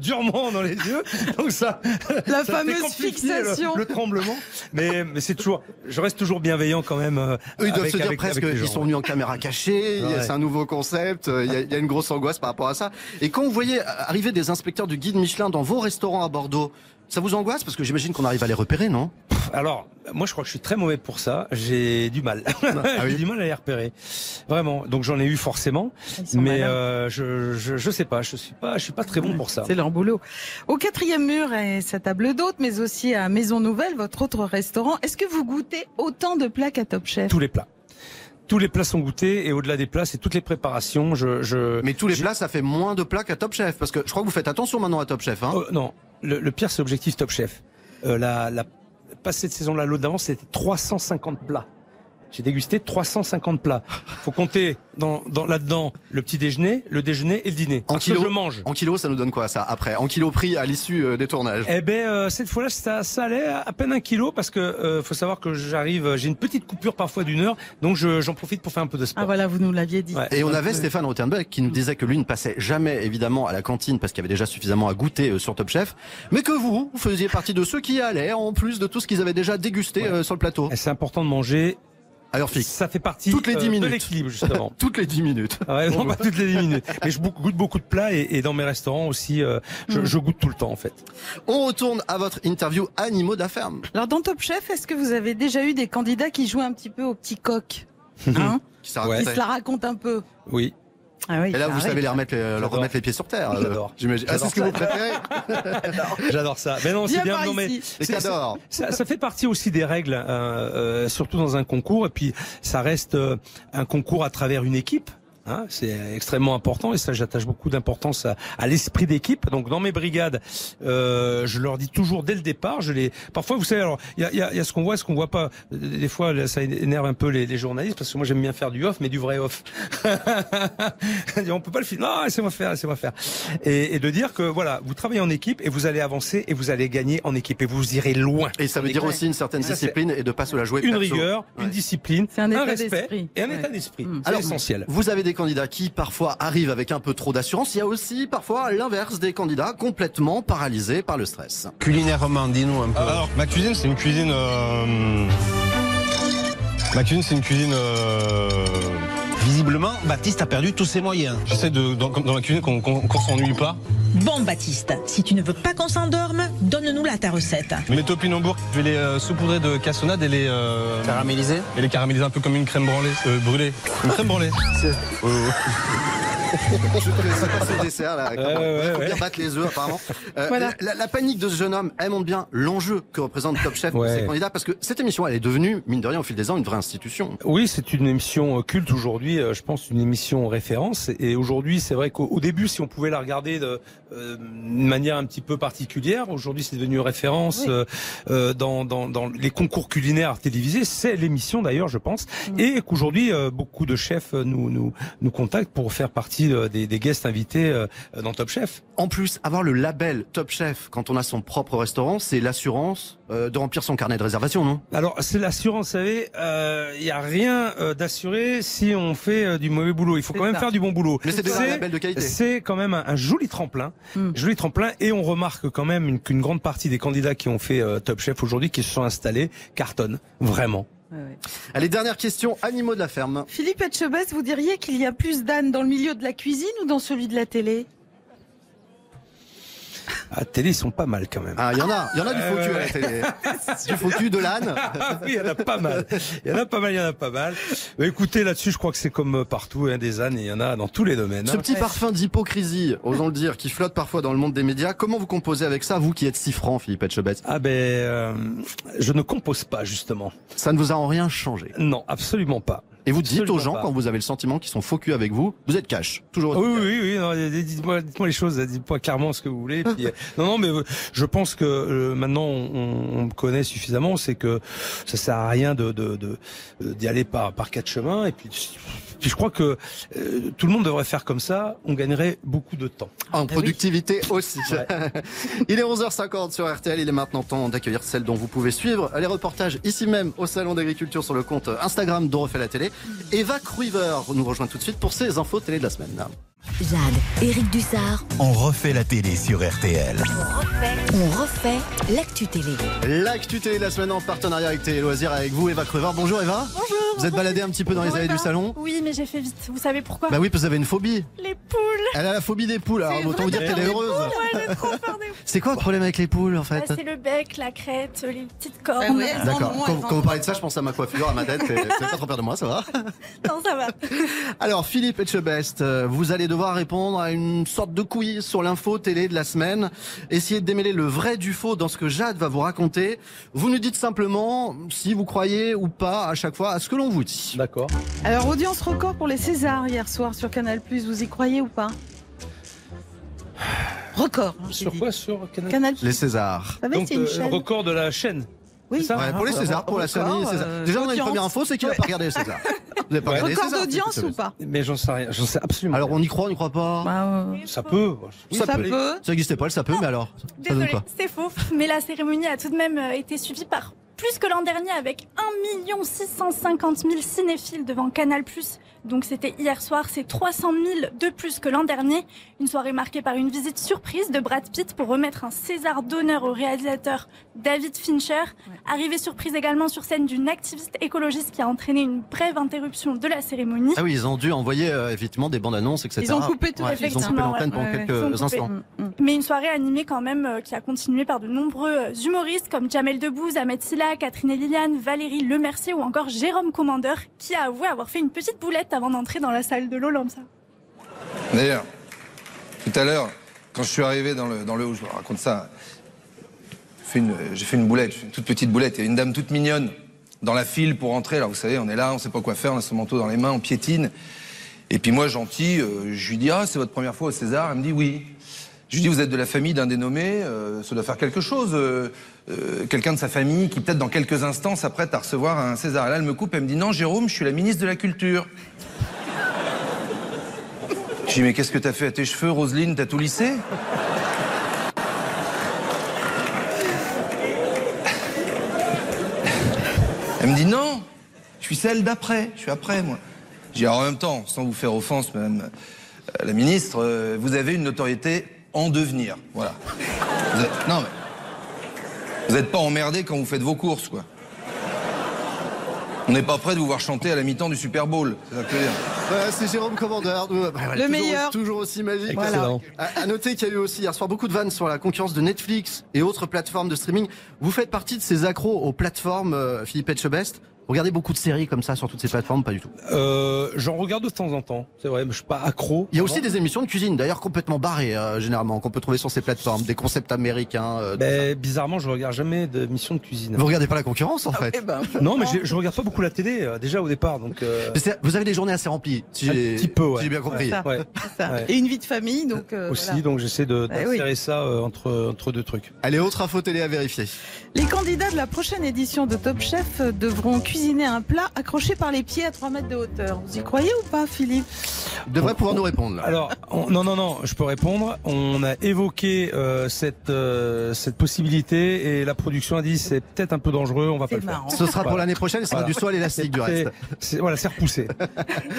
[SPEAKER 5] durement dans les yeux. Donc ça,
[SPEAKER 4] La
[SPEAKER 5] ça fait
[SPEAKER 4] fameuse
[SPEAKER 5] amplifier
[SPEAKER 4] fixation.
[SPEAKER 5] Le, le tremblement. Mais, mais c'est toujours, je reste toujours bienveillant quand même. euh,
[SPEAKER 3] Eux, ils doivent
[SPEAKER 5] avec-
[SPEAKER 3] se dire
[SPEAKER 5] avec-
[SPEAKER 3] presque
[SPEAKER 5] avec les
[SPEAKER 3] qu'ils
[SPEAKER 5] gens.
[SPEAKER 3] sont venus en caméra cachée, il y a-
[SPEAKER 5] Ouais.
[SPEAKER 3] c'est un nouveau concept, euh, il y, a, il y a une grosse angoisse par rapport à ça. Et quand vous voyez arriver des inspecteurs du guide Michelin dans vos restaurants à Bordeaux, ça vous angoisse Parce que j'imagine qu'on arrive à les repérer, non
[SPEAKER 5] Alors, moi, je crois que je suis très mauvais pour ça. J'ai du mal.
[SPEAKER 3] Ah
[SPEAKER 5] <laughs> J'ai du mal à les repérer. Vraiment. Donc, j'en ai eu forcément.
[SPEAKER 4] sont
[SPEAKER 5] Mais
[SPEAKER 4] malins.
[SPEAKER 5] euh, je, je, je sais pas. Je suis pas, je suis pas très bon pour ça.
[SPEAKER 4] C'est leur boulot. Au quatrième mur et sa table d'hôte, mais aussi à Maison Nouvelle, votre autre restaurant, est-ce que vous goûtez autant de plats qu'à Top Chef
[SPEAKER 5] Tous les plats. Tous les plats sont goûtés et au-delà des plats, c'est toutes les préparations. Je, je...
[SPEAKER 3] Mais tous les plats, ça fait moins de plats qu'à Top Chef. Parce que je crois que vous faites attention maintenant à Top Chef. Hein
[SPEAKER 5] Oh, non, le, le pire, c'est l'objectif Top Chef. Euh, la, la passée de saison-là, l'autre d'avant, c'était 350 plats. J'ai dégusté 350 plats. Faut compter dans, dans, là-dedans le petit déjeuner, le déjeuner et le dîner.
[SPEAKER 3] en
[SPEAKER 5] Parce que
[SPEAKER 3] kilo,
[SPEAKER 5] je mange.
[SPEAKER 3] en kilo, ça nous donne quoi ça après En kilo pris à l'issue euh, des tournages.
[SPEAKER 5] Eh ben euh, cette fois-là, ça, ça allait à à peine un kilo parce que euh, faut savoir que j'arrive, euh, j'ai une petite coupure parfois d'une heure, donc je- j'en profite pour faire un peu de sport.
[SPEAKER 4] Ah voilà, vous nous l'aviez dit.
[SPEAKER 5] Ouais.
[SPEAKER 3] Et on avait Stéphane Rothenberg qui nous disait que lui ne passait jamais évidemment à la cantine parce qu'il y avait déjà suffisamment à goûter euh, sur Top Chef, mais que vous, vous faisiez partie de ceux qui y allaient en plus de tout ce qu'ils avaient déjà dégusté euh, sur le plateau.
[SPEAKER 5] Et C'est important de manger.
[SPEAKER 3] À l'heure fixe.
[SPEAKER 5] Ça fait partie
[SPEAKER 3] Toutes les 10
[SPEAKER 5] euh, de
[SPEAKER 3] minutes. <laughs>
[SPEAKER 5] l'équilibre justement. Ah
[SPEAKER 3] Toutes les 10 minutes.
[SPEAKER 5] Ouais, non,
[SPEAKER 3] On
[SPEAKER 5] pas
[SPEAKER 3] veut.
[SPEAKER 5] toutes les 10 minutes. Mais je bou- goûte beaucoup de plats et, et dans mes restaurants aussi, euh,
[SPEAKER 4] Hmm.
[SPEAKER 5] je, je goûte tout le temps en fait.
[SPEAKER 3] On retourne à votre interview Animaux de la ferme.
[SPEAKER 4] Alors dans Top Chef, est-ce que vous avez déjà eu des candidats qui jouaient un petit peu au
[SPEAKER 3] <laughs>
[SPEAKER 4] petit coq hein
[SPEAKER 3] Qui s'est
[SPEAKER 5] Ouais.
[SPEAKER 4] Qui
[SPEAKER 3] raconté.
[SPEAKER 4] se la racontent un peu
[SPEAKER 5] Oui.
[SPEAKER 4] ah oui,
[SPEAKER 3] Et là,
[SPEAKER 4] ça
[SPEAKER 3] vous
[SPEAKER 4] arrive.
[SPEAKER 3] savez les remettre, les- leur
[SPEAKER 5] J'adore.
[SPEAKER 3] remettre les pieds sur terre. euh,
[SPEAKER 5] J'adore.
[SPEAKER 3] J'imagine. Ah, c'est ce que vous
[SPEAKER 5] J'adore
[SPEAKER 3] préférez
[SPEAKER 5] <laughs> J'adore ça. Mais non, c'est
[SPEAKER 4] Viens
[SPEAKER 5] bien.
[SPEAKER 4] par
[SPEAKER 5] Non, mais
[SPEAKER 4] ici.
[SPEAKER 3] Les
[SPEAKER 5] c'est-
[SPEAKER 3] cadors.
[SPEAKER 5] ça, ça fait partie aussi des règles, euh, euh, surtout dans un concours. Et puis, ça reste euh, un concours à travers une équipe. hein. c'est extrêmement important et ça j'attache beaucoup d'importance à, à l'esprit d'équipe. Donc dans mes brigades, euh, je leur dis toujours dès le départ. Je les parfois vous savez alors il y a, il y a- il y a ce qu'on voit, ce qu'on voit pas. Des fois là, ça énerve un peu les, les journalistes parce que moi j'aime bien faire du off mais du vrai off. <laughs> on peut pas le filmer. Non, laissez-moi faire, laissez-moi faire. Et, et de dire que voilà vous travaillez en équipe et vous allez avancer et vous allez gagner en équipe et vous irez loin
[SPEAKER 3] Et ça veut dire aussi une certaine
[SPEAKER 5] Ça, c'est-
[SPEAKER 3] discipline et de pas se la jouer
[SPEAKER 5] une
[SPEAKER 3] perso.
[SPEAKER 5] rigueur,
[SPEAKER 3] Ouais.
[SPEAKER 5] une discipline,
[SPEAKER 4] C'est un
[SPEAKER 5] un,
[SPEAKER 4] état d'esprit.
[SPEAKER 5] respect et un
[SPEAKER 4] Ouais.
[SPEAKER 5] état d'esprit.
[SPEAKER 4] Mm.
[SPEAKER 5] C'est
[SPEAKER 3] Alors,
[SPEAKER 5] essentiel.
[SPEAKER 3] Vous avez des candidats qui parfois arrivent avec un peu trop d'assurance. Il y a aussi parfois l'inverse des candidats complètement paralysés par le <laughs> stress.
[SPEAKER 13] Culinairement, dis-nous un peu. Alors, ma cuisine, c'est une cuisine. euh, Ma cuisine, c'est une cuisine. euh, Visiblement, Baptiste a perdu tous ses moyens. J'essaie de, dans, comme dans ma cuisine qu'on qu'on- qu'on s'ennuie pas.
[SPEAKER 14] Bon, Baptiste, si tu ne veux pas qu'on s'endorme, donne-nous la ta recette.
[SPEAKER 13] Mes topinambours, je vais les euh, saupoudrer de cassonade et les. caraméliser Et les caraméliser un peu comme une crème branlée. Euh, brûlée. Une crème branlée. Ouais, ouais.
[SPEAKER 3] Je te laisse passer le dessert là. comment-
[SPEAKER 5] ouais, ouais,
[SPEAKER 3] faut bien
[SPEAKER 5] ouais.
[SPEAKER 3] battre les œufs apparemment. Euh,
[SPEAKER 4] Voilà.
[SPEAKER 3] la, la- la panique de ce jeune homme, elle montre bien l'enjeu que représente Top Chef pour
[SPEAKER 5] Ouais.
[SPEAKER 3] ses candidats parce que cette émission, elle est devenue mine de rien au fil des ans une vraie institution.
[SPEAKER 5] Oui, c'est une émission euh, culte aujourd'hui, euh, je pense une émission référence. Et aujourd'hui, c'est vrai qu'au au début, si on pouvait la regarder de euh, d'une manière un petit peu particulière, aujourd'hui c'est devenu référence
[SPEAKER 4] Oui.
[SPEAKER 5] euh, euh, dans, dans, dans les concours culinaires télévisés. C'est l'émission d'ailleurs, je pense. Et qu'aujourd'hui, euh, beaucoup de chefs euh, nous, nous, nous contactent pour faire partie euh, des, des guests invités euh, dans Top Chef.
[SPEAKER 3] En plus, avoir le label Top Chef quand on a son propre restaurant, c'est l'assurance euh, de remplir son carnet de réservation, non
[SPEAKER 5] Alors c'est l'assurance, vous savez, il n'y a rien euh, d'assuré si on fait euh, du mauvais boulot. Il faut
[SPEAKER 4] C'est
[SPEAKER 5] quand même
[SPEAKER 4] ça.
[SPEAKER 5] faire du bon boulot.
[SPEAKER 3] Mais c'est déjà un
[SPEAKER 5] C'est-
[SPEAKER 3] label de qualité.
[SPEAKER 5] C'est quand même un, un joli tremplin,
[SPEAKER 4] Mm.
[SPEAKER 5] joli tremplin, et on remarque quand même une- qu'une grande partie des candidats qui ont fait euh, Top Chef aujourd'hui, qui se sont installés, cartonnent vraiment.
[SPEAKER 4] Ouais, ouais.
[SPEAKER 3] Allez, dernière question, animaux de la ferme.
[SPEAKER 4] Philippe Etchebest, vous diriez qu'il y a plus d'ânes dans le milieu de la cuisine ou dans celui de la télé
[SPEAKER 5] À la télé, ils sont pas mal quand même.
[SPEAKER 3] Ah, il y en a, il y en a du
[SPEAKER 5] Ah,
[SPEAKER 3] faux
[SPEAKER 5] ouais,
[SPEAKER 3] cul à la
[SPEAKER 5] ouais.
[SPEAKER 3] télé. du faux cul, de l'âne.
[SPEAKER 5] <laughs> Ah oui, il y en a pas mal. Il y en a pas mal, il y en a pas mal. Mais écoutez, là-dessus, je crois que c'est comme euh, partout, hein, des ânes, il y en a dans tous les domaines.
[SPEAKER 3] Ce
[SPEAKER 5] hein.
[SPEAKER 3] petit parfum d'hypocrisie, osons le dire, qui flotte parfois dans le monde des médias, comment vous composez avec ça, vous qui êtes si franc, Philippe Etchebest
[SPEAKER 5] Ah ben, euh, je ne compose pas justement.
[SPEAKER 3] Ça ne vous a en rien changé.
[SPEAKER 5] Non, absolument pas.
[SPEAKER 3] Et vous dites aux
[SPEAKER 5] Absolument
[SPEAKER 3] gens,
[SPEAKER 5] pas. Ah
[SPEAKER 3] quand vous avez le sentiment qu'ils sont faux culs avec vous, vous êtes cash. Toujours.
[SPEAKER 5] Oui, oui, oui. non, dites-moi, dites-moi les choses. Dites-moi clairement ce que vous
[SPEAKER 3] <laughs>
[SPEAKER 5] voulez. puis, euh, non, non, mais euh, je pense que euh, maintenant on, on me connaît suffisamment. C'est que ça sert à rien de de- de- euh, d'y aller par par quatre chemins. Et puis Puis je crois que euh, tout le monde devrait faire comme ça. On gagnerait beaucoup de temps.
[SPEAKER 3] En productivité aussi. <laughs> il est 11h50 sur RTL. Il est maintenant temps d'accueillir celle dont vous pouvez suivre les reportages ici même au Salon d'Agriculture sur le compte Instagram de Refait la Télé. Eva Cruiver nous rejoint tout de suite pour ses infos télé de la semaine.
[SPEAKER 2] Jade, Éric Dussard,
[SPEAKER 1] On refait la télé sur RTL.
[SPEAKER 2] on refait l'actu télé.
[SPEAKER 3] L'actu télé de la semaine en partenariat avec Télé Loisirs avec vous, Eva Crevard. Bonjour Eva.
[SPEAKER 15] Bonjour.
[SPEAKER 3] Vous êtes baladée un petit peu dans les
[SPEAKER 15] Bonjour,
[SPEAKER 3] allées
[SPEAKER 15] Eva.
[SPEAKER 3] du salon
[SPEAKER 15] Oui, mais j'ai fait vite. Vous savez pourquoi
[SPEAKER 3] Bah oui, parce que vous avez une phobie.
[SPEAKER 15] Les poules.
[SPEAKER 3] Elle a la phobie des poules, alors
[SPEAKER 15] C'est
[SPEAKER 3] autant vous dire
[SPEAKER 15] vrai,
[SPEAKER 3] qu'elle est
[SPEAKER 15] des
[SPEAKER 3] heureuse.
[SPEAKER 15] poules, ouais, elle est trop fan des poules.
[SPEAKER 3] <laughs> C'est quoi le problème avec les poules en
[SPEAKER 15] Bah,
[SPEAKER 3] fait
[SPEAKER 15] C'est le bec, la crête, les petites cornes.
[SPEAKER 3] Ben Ah, D'accord. Quand, quand vous parlez de ça, je pense à ma coiffure, à ma tête. C'est c'est pas trop peur de moi, ça va
[SPEAKER 15] <laughs> Non, ça va.
[SPEAKER 3] <laughs> Alors, Philippe Etchebest, euh, vous allez devoir répondre à une sorte de quiz sur l'info télé de la semaine. Essayez de démêler le vrai du faux dans ce que Jade va vous raconter. Vous nous dites simplement si vous croyez ou pas à chaque fois à ce que l'on vous dit.
[SPEAKER 5] D'accord.
[SPEAKER 4] Alors, audience record pour les Césars hier soir sur Canal+, vous y croyez ou pas <sighs> Record. hein, j'ai
[SPEAKER 5] Sur
[SPEAKER 4] dit.
[SPEAKER 5] quoi Sur Canal
[SPEAKER 4] Canal+.
[SPEAKER 3] Les Césars.
[SPEAKER 4] Ah oui,
[SPEAKER 5] Donc
[SPEAKER 4] c'est une
[SPEAKER 5] euh,
[SPEAKER 4] chaîne.
[SPEAKER 5] record de la chaîne.
[SPEAKER 4] Oui.
[SPEAKER 5] C'est ça
[SPEAKER 3] Ouais,
[SPEAKER 4] ah,
[SPEAKER 3] pour les Césars, pour la
[SPEAKER 5] Record,
[SPEAKER 3] famille César.
[SPEAKER 5] euh,
[SPEAKER 3] Déjà, on a une
[SPEAKER 5] d'audience.
[SPEAKER 3] première info, c'est qu'il n'a
[SPEAKER 5] Ouais.
[SPEAKER 3] pas regardé les Césars. Vous n'avez pas
[SPEAKER 5] Ouais.
[SPEAKER 3] regardé les
[SPEAKER 4] Record
[SPEAKER 3] Césars,
[SPEAKER 4] d'audience
[SPEAKER 3] Philippe
[SPEAKER 4] ou
[SPEAKER 3] Etchebest.
[SPEAKER 4] pas
[SPEAKER 5] Mais j'en sais rien, j'en sais absolument.
[SPEAKER 3] Alors, on y croit, on n'y croit pas
[SPEAKER 4] Bah, euh,
[SPEAKER 5] Ça peut.
[SPEAKER 4] Oui, ça peut.
[SPEAKER 3] Ça existe pas, le ça peut, mais alors ça donne
[SPEAKER 15] Désolée,
[SPEAKER 3] quoi
[SPEAKER 15] c'est faux. Mais la cérémonie a tout de même euh, été suivie par plus que l'an dernier avec 1 650 000 cinéphiles devant Canal+. Donc c'était hier soir, c'est 300 000 de plus que l'an dernier. Une soirée marquée par une visite surprise de Brad Pitt pour remettre un César d'honneur au réalisateur David Fincher. Arrivée surprise également sur scène d'une activiste écologiste qui a entraîné une brève interruption de la cérémonie.
[SPEAKER 3] Ah oui, ils ont dû envoyer euh, effectivement des bandes annonces, etc.
[SPEAKER 4] Ils ont coupé tout,
[SPEAKER 3] Ouais, Ils ont coupé
[SPEAKER 15] effectivement,
[SPEAKER 3] l'antenne pendant
[SPEAKER 15] ouais. Ouais, ouais. Ils
[SPEAKER 3] quelques
[SPEAKER 15] ont coupé.
[SPEAKER 4] Mm.
[SPEAKER 3] instants.
[SPEAKER 15] Mais une soirée animée quand même euh, qui a continué par de nombreux euh, humoristes comme Jamel Debbouze, Ahmed Silla, Catherine et Liliane, Valérie Lemercier ou encore Jérôme Commandeur qui a avoué avoir fait une petite boulette avant d'entrer dans la salle de l'Olympia.
[SPEAKER 16] D'ailleurs, tout à l'heure, quand je suis arrivé dans le, dans le haut, je vous raconte ça, j'ai fait une, j'ai fait une boulette, j'ai fait une toute petite boulette. Il y a une dame toute mignonne dans la file pour entrer. Alors vous savez, on est là, on sait pas quoi faire, on a son manteau dans les mains, on piétine. Et puis moi, gentil, euh, je lui dis Ah, c'est votre première fois au César Elle me dit Oui. Je lui dis Vous êtes de la famille d'un dénommé, euh, ça doit faire quelque chose. euh, euh, Quelqu'un de sa famille qui, peut-être dans quelques instants, s'apprête à recevoir un César. Et là, elle me coupe, elle me dit Non, Jérôme, je suis la ministre de la Culture. Je dis, mais qu'est-ce que t'as fait à tes cheveux, Roselyne T'as tout lissé Elle me dit, non, je suis celle d'après, je suis après, moi. Je dis, alors, en même temps, sans vous faire offense, madame euh, la ministre, euh, vous avez une notoriété en devenir, voilà. Vous êtes- non, mais... Vous n'êtes pas emmerdé quand vous faites vos courses, quoi. On n'est pas prêt de vous voir chanter à la mi-temps du Super Bowl, c'est ça que je veux dire.
[SPEAKER 3] Voilà, Bah, c'est Jérôme Commandeur. Nous, bah, voilà,
[SPEAKER 4] Le
[SPEAKER 3] toujours-
[SPEAKER 4] meilleur.
[SPEAKER 3] Toujours aussi magique.
[SPEAKER 5] Excellent.
[SPEAKER 3] Voilà. À, à noter qu'il y a eu aussi hier soir beaucoup de vannes sur la concurrence de Netflix et autres plateformes de streaming. Vous faites partie de ces accros aux plateformes, euh, Philippe Etchebest. Vous Regardez beaucoup de séries comme ça sur toutes ces plateformes, pas du tout.
[SPEAKER 5] Euh, J'en regarde de temps en temps, c'est vrai, mais je suis pas accro.
[SPEAKER 3] Il y a aussi des émissions de cuisine, d'ailleurs complètement barrées, euh, généralement, qu'on peut trouver sur ces plateformes, des concepts américains. euh, tout ça.
[SPEAKER 5] Mais bizarrement, je regarde jamais d'émissions de cuisine.
[SPEAKER 3] Vous regardez pas la concurrence en
[SPEAKER 5] Ah, eh
[SPEAKER 3] fait.
[SPEAKER 5] ben. Non, mais j'ai- je regarde pas beaucoup la télé euh, déjà au départ, donc. euh,
[SPEAKER 3] Mais c'est- Vous avez des journées assez remplies, si
[SPEAKER 5] Un
[SPEAKER 3] j'ai
[SPEAKER 5] petit peu, ouais.
[SPEAKER 3] si j'ai bien compris.
[SPEAKER 5] Ouais,
[SPEAKER 3] <laughs>
[SPEAKER 5] ouais,
[SPEAKER 4] ça.
[SPEAKER 5] ouais.
[SPEAKER 4] Et une vie de famille, donc. euh,
[SPEAKER 5] Aussi,
[SPEAKER 4] voilà.
[SPEAKER 5] donc j'essaie de
[SPEAKER 4] Eh oui.
[SPEAKER 5] d'insérer ça euh, entre entre deux trucs.
[SPEAKER 3] Allez, autre info télé à vérifier.
[SPEAKER 4] Les candidats de la prochaine édition de Top Chef devront cuisiner un plat accroché par les pieds à 3 mètres de hauteur. Vous y croyez ou pas, Philippe
[SPEAKER 3] Devrait pouvoir nous répondre là.
[SPEAKER 5] Alors on- non non non, je peux répondre. On a évoqué euh, cette euh, cette possibilité et la production a dit c'est peut-être un peu dangereux, on va pas le faire.
[SPEAKER 4] marrant.
[SPEAKER 3] Ce sera pour
[SPEAKER 5] Voilà.
[SPEAKER 3] l'année prochaine, et ça sera
[SPEAKER 5] Voilà.
[SPEAKER 3] du sol élastique du
[SPEAKER 5] C'est-
[SPEAKER 3] reste.
[SPEAKER 5] c'est- Voilà, c'est repoussé.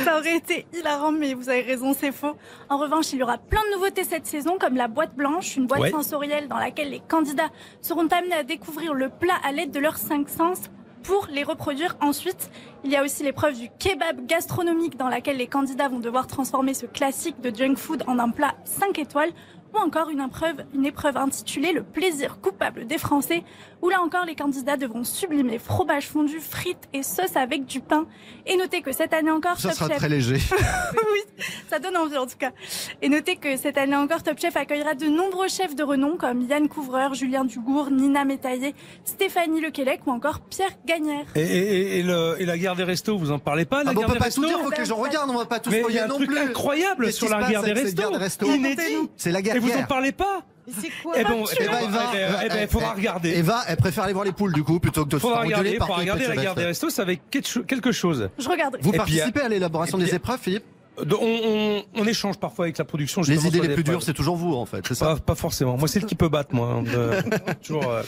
[SPEAKER 15] Ça aurait été hilarant, mais vous avez raison, c'est faux. En revanche, il y aura plein de nouveautés cette saison, comme la boîte blanche, une boîte
[SPEAKER 5] Ouais.
[SPEAKER 15] sensorielle dans laquelle les candidats seront amenés à découvrir le plat à l'aide de leurs cinq sens pour les reproduire ensuite. Il y a aussi l'épreuve du kebab gastronomique dans laquelle les candidats vont devoir transformer ce classique de junk food en un plat 5 étoiles ou encore une épreuve, une épreuve intitulée Le plaisir coupable des Français, où là encore les candidats devront sublimer fromage fondu, frites et sauce avec du pain. Et notez que cette année encore,
[SPEAKER 3] Ça
[SPEAKER 15] Top
[SPEAKER 3] sera
[SPEAKER 15] Chef-
[SPEAKER 3] très léger.
[SPEAKER 15] oui, ça donne envie en tout cas. Et notez que cette année encore, Top Chef accueillera de nombreux chefs de renom comme Yann Couvreur, Julien Dugourd, Nina Métaillé, Stéphanie Lequelec ou encore Pierre Gagnère.
[SPEAKER 5] Et, et, et, le- et la guerre des restos, vous en parlez pas la
[SPEAKER 3] Ah bon, on
[SPEAKER 5] guerre
[SPEAKER 3] peut
[SPEAKER 5] des
[SPEAKER 3] pas
[SPEAKER 5] restos
[SPEAKER 3] tout dire, faut que les gens regardent, on va pas tout
[SPEAKER 5] Mais il y
[SPEAKER 3] spoiler
[SPEAKER 5] a un
[SPEAKER 3] non
[SPEAKER 5] truc
[SPEAKER 3] plus.
[SPEAKER 5] incroyable
[SPEAKER 3] Qu'est-ce
[SPEAKER 5] sur
[SPEAKER 3] qui se
[SPEAKER 5] la
[SPEAKER 3] passe
[SPEAKER 5] guerre des
[SPEAKER 3] avec ces
[SPEAKER 5] restos.
[SPEAKER 3] guerres des restos
[SPEAKER 5] Inédit.
[SPEAKER 3] C'est la guerre
[SPEAKER 5] Et vous en
[SPEAKER 3] guerre.
[SPEAKER 5] parlez pas
[SPEAKER 4] C'est quoi
[SPEAKER 5] Eh ben, on- eh ben,
[SPEAKER 3] Eva,
[SPEAKER 5] eh ben, eh ben,
[SPEAKER 3] elle-
[SPEAKER 5] faudra
[SPEAKER 3] elle-
[SPEAKER 5] regarder.
[SPEAKER 3] Eva, elle eh, préfère aller voir les poules du coup plutôt que de se
[SPEAKER 5] Faudra
[SPEAKER 3] faire
[SPEAKER 5] regarder,
[SPEAKER 3] engueuler par
[SPEAKER 5] faudra
[SPEAKER 3] Philippe
[SPEAKER 5] regarder la
[SPEAKER 3] Etchebest.
[SPEAKER 5] guerre des restos, ça va être quelque cho- quelque chose.
[SPEAKER 17] Je regarderai.
[SPEAKER 3] Vous
[SPEAKER 5] Et puis,
[SPEAKER 3] participez à l'élaboration
[SPEAKER 5] et puis,
[SPEAKER 3] des épreuves, Philippe
[SPEAKER 5] De- on, on- on échange parfois avec la production.
[SPEAKER 3] Les
[SPEAKER 5] justement,
[SPEAKER 3] idées
[SPEAKER 5] sur
[SPEAKER 3] les plus
[SPEAKER 5] épreuves.
[SPEAKER 3] dures, c'est toujours vous en fait, c'est ça
[SPEAKER 5] Pas, pas forcément. Moi, c'est le qui peut battre, moi. Euh,
[SPEAKER 3] <laughs>
[SPEAKER 5] toujours. euh,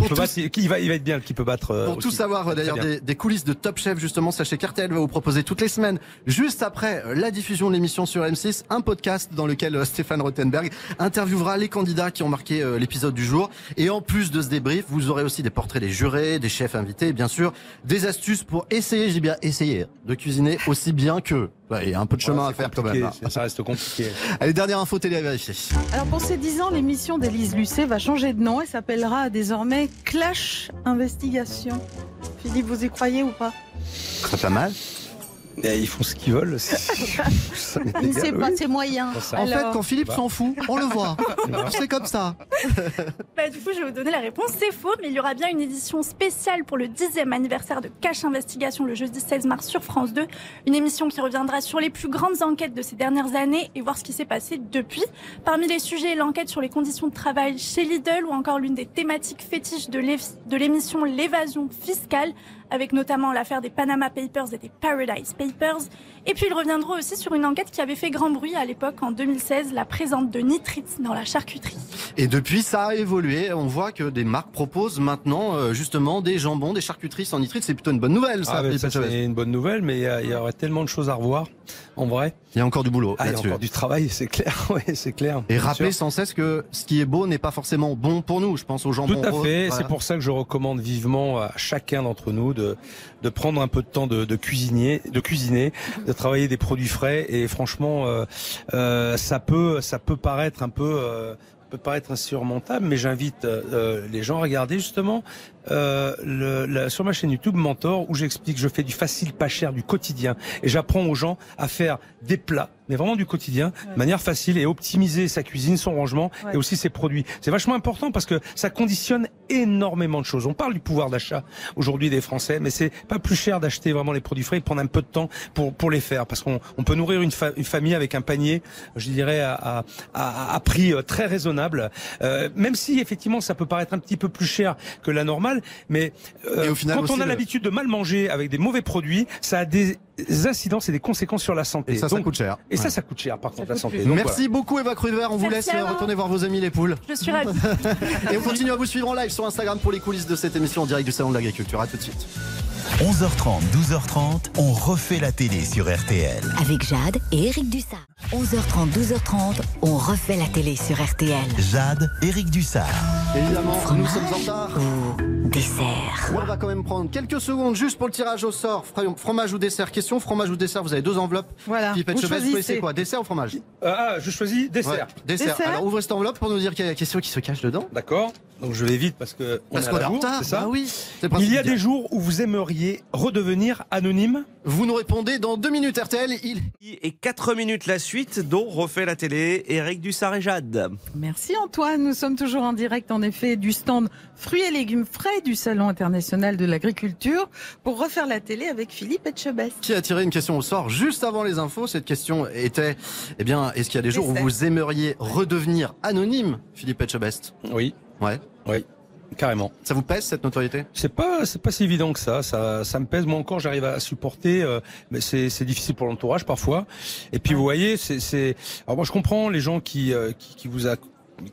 [SPEAKER 5] je peux battre, il, il va, il va être bien le qui peut battre. euh,
[SPEAKER 3] Pour tout
[SPEAKER 5] aussi.
[SPEAKER 3] savoir euh,
[SPEAKER 5] Très
[SPEAKER 3] d'ailleurs
[SPEAKER 5] bien.
[SPEAKER 3] des, des coulisses de Top Chef justement, sachez qu'RTL va vous proposer toutes les semaines, juste après euh, la diffusion de l'émission sur M6, un podcast dans lequel euh, Stéphane Rothenberg interviewera les candidats qui ont marqué euh, l'épisode du jour. Et en plus de ce débrief, vous aurez aussi des portraits des jurés, des chefs invités, et bien sûr, des astuces pour essayer, j'ai bien essayer, de cuisiner aussi bien qu'eux. Ouais, Il y a un peu de chemin à faire quand même.
[SPEAKER 5] Compliqué, Ah, c'est- Ça
[SPEAKER 3] <laughs>
[SPEAKER 5] reste compliqué.
[SPEAKER 3] hein. Allez, dernière info télé à vérifier.
[SPEAKER 4] Alors pour ses 10 ans, l'émission d'Élise Lucet va changer de nom et s'appellera désormais Clash Investigation. Philippe, vous y croyez ou pas
[SPEAKER 3] C'est pas mal.
[SPEAKER 5] Eh, ils font ce qu'ils veulent. c'est- ça m'est
[SPEAKER 4] Il ne
[SPEAKER 5] égal,
[SPEAKER 4] sait pas
[SPEAKER 5] Eh oui.
[SPEAKER 4] ses moyens.
[SPEAKER 5] Bon, ça-
[SPEAKER 3] En
[SPEAKER 4] Alors-
[SPEAKER 3] fait, quand Philippe s'en fout, on le voit. C'est comme ça.
[SPEAKER 17] Bah, du coup, je vais vous donner la réponse. C'est faux, mais il y aura bien une édition spéciale pour le 10e anniversaire de Cache Investigation le jeudi 16 mars sur France 2. Une émission qui reviendra sur les plus grandes enquêtes de ces dernières années et voir ce qui s'est passé depuis. Parmi les sujets, l'enquête sur les conditions de travail chez Lidl ou encore l'une des thématiques fétiches de l'év- de l'émission L'évasion fiscale avec notamment l'affaire des Panama Papers et des Paradise Papers. Et puis ils reviendront aussi sur une enquête qui avait fait grand bruit à l'époque en 2016, la présence de nitrites dans la charcuterie.
[SPEAKER 3] Et depuis, ça a évolué. On voit que des marques proposent maintenant euh, justement des jambons, des charcuteries sans nitrite. C'est plutôt une bonne nouvelle, ça.
[SPEAKER 5] Ah, mais
[SPEAKER 3] Philippe
[SPEAKER 5] ça,
[SPEAKER 3] Etchebest.
[SPEAKER 5] c'est une bonne nouvelle, mais il y a- il y, aurait tellement de choses à revoir, en vrai.
[SPEAKER 3] Il y a encore du boulot.
[SPEAKER 5] Ah, il y a
[SPEAKER 3] là-dessus.
[SPEAKER 5] encore du travail, c'est clair. <laughs> Oui, c'est clair.
[SPEAKER 3] Et
[SPEAKER 5] Bien
[SPEAKER 3] rappelez
[SPEAKER 5] sûr.
[SPEAKER 3] sans cesse que ce qui est beau n'est pas forcément bon pour nous. Je pense aux jambons.
[SPEAKER 5] Tout à
[SPEAKER 3] roses,
[SPEAKER 5] fait.
[SPEAKER 3] voilà.
[SPEAKER 5] C'est pour ça que je recommande vivement à chacun d'entre nous de, de prendre un peu de temps de, de cuisiner, de cuisiner, de travailler des produits frais. Et franchement, euh, euh, ça peut, ça peut paraître un peu. euh, peut paraître insurmontable, mais j'invite euh, euh, les gens à regarder justement euh, le- la- sur ma chaîne YouTube Mentor où j'explique, je fais du facile, pas cher, du quotidien, et j'apprends aux gens à faire des plats, mais vraiment du quotidien, de manière facile et optimiser sa cuisine, son rangement
[SPEAKER 13] Ouais.
[SPEAKER 5] et aussi ses produits. C'est vachement important parce que ça conditionne énormément de choses. On parle du pouvoir d'achat aujourd'hui des Français, mais c'est pas plus cher d'acheter vraiment les produits frais et prendre un peu de temps pour, pour les faire. Parce qu'on on peut nourrir une, fa- une famille avec un panier, je dirais, à, à, à- à prix euh, très raisonnable. Euh, même si effectivement ça peut paraître un petit peu plus cher que la normale, mais euh,
[SPEAKER 3] Et au final
[SPEAKER 5] quand
[SPEAKER 3] aussi,
[SPEAKER 5] on a
[SPEAKER 3] le-
[SPEAKER 5] l'habitude de mal manger avec des mauvais produits, ça a des incidences et des conséquences sur la santé.
[SPEAKER 3] Et ça, ça coûte cher.
[SPEAKER 5] Et ça,
[SPEAKER 3] Ouais.
[SPEAKER 5] ça coûte cher par contre la
[SPEAKER 3] Merci
[SPEAKER 5] santé. Donc, voilà.
[SPEAKER 3] beaucoup Eva Cruver, on vous laisse
[SPEAKER 17] Merci à
[SPEAKER 3] euh,
[SPEAKER 17] vous.
[SPEAKER 3] retourner voir vos amis les poules.
[SPEAKER 17] Je suis ravie.
[SPEAKER 3] <laughs> Et on continue à vous suivre en live sur Instagram pour les coulisses de cette émission en direct du Salon de l'Agriculture. À tout de suite.
[SPEAKER 1] 11h30, 12h30, on refait la télé sur RTL.
[SPEAKER 2] Avec Jade et Eric Dussard. 11h30, 12h30, on refait la télé sur RTL.
[SPEAKER 1] Jade, Eric Dussard.
[SPEAKER 3] Évidemment, nous sommes en retard.
[SPEAKER 2] Dessert.
[SPEAKER 3] On va quand même prendre quelques secondes juste pour le tirage au sort. Fra- Fromage ou dessert Question fromage ou dessert Vous avez deux enveloppes.
[SPEAKER 4] Voilà.
[SPEAKER 3] Philippe
[SPEAKER 4] vous
[SPEAKER 3] Etchebest, vous
[SPEAKER 4] choisissez.
[SPEAKER 3] choisissez quoi Dessert ou fromage
[SPEAKER 5] Euh, ah, je choisis dessert.
[SPEAKER 3] Ouais, Dessert. Alors ouvrez cette enveloppe pour nous dire quelle est la question qui se cache dedans.
[SPEAKER 5] D'accord. Donc je vais vite parce que
[SPEAKER 3] Parce
[SPEAKER 5] on
[SPEAKER 3] qu'on est
[SPEAKER 5] est à la
[SPEAKER 3] en
[SPEAKER 5] bourre,
[SPEAKER 3] retard,
[SPEAKER 5] c'est ça
[SPEAKER 3] bah oui, c'est le principe
[SPEAKER 5] Il y a
[SPEAKER 3] du
[SPEAKER 5] des jours où vous aimeriez redevenir anonyme.
[SPEAKER 3] Vous nous répondez dans deux minutes RTL. Il
[SPEAKER 18] Et 4 minutes la suite, dont refait la télé Eric Dussard et Jade.
[SPEAKER 4] Merci Antoine, nous sommes toujours en direct en effet du stand fruits et légumes frais du Salon international de l'agriculture pour refaire la télé avec Philippe Etchebest.
[SPEAKER 3] qui a tiré une question au sort juste avant les infos. Cette question était, eh bien, est-ce qu'il y a des jours où
[SPEAKER 4] Dessert.
[SPEAKER 3] vous aimeriez redevenir anonyme, Philippe Etchebest
[SPEAKER 5] Oui.
[SPEAKER 3] Ouais.
[SPEAKER 5] Oui. Carrément.
[SPEAKER 3] Ça vous pèse cette notoriété
[SPEAKER 5] C'est pas, c'est pas si évident que ça. Ça, ça me pèse. Moi encore, j'arrive à supporter, euh, mais c'est, c'est difficile pour l'entourage parfois. Et puis vous voyez, c'est, c'est. Alors moi, je comprends les gens qui, euh, qui, qui vous a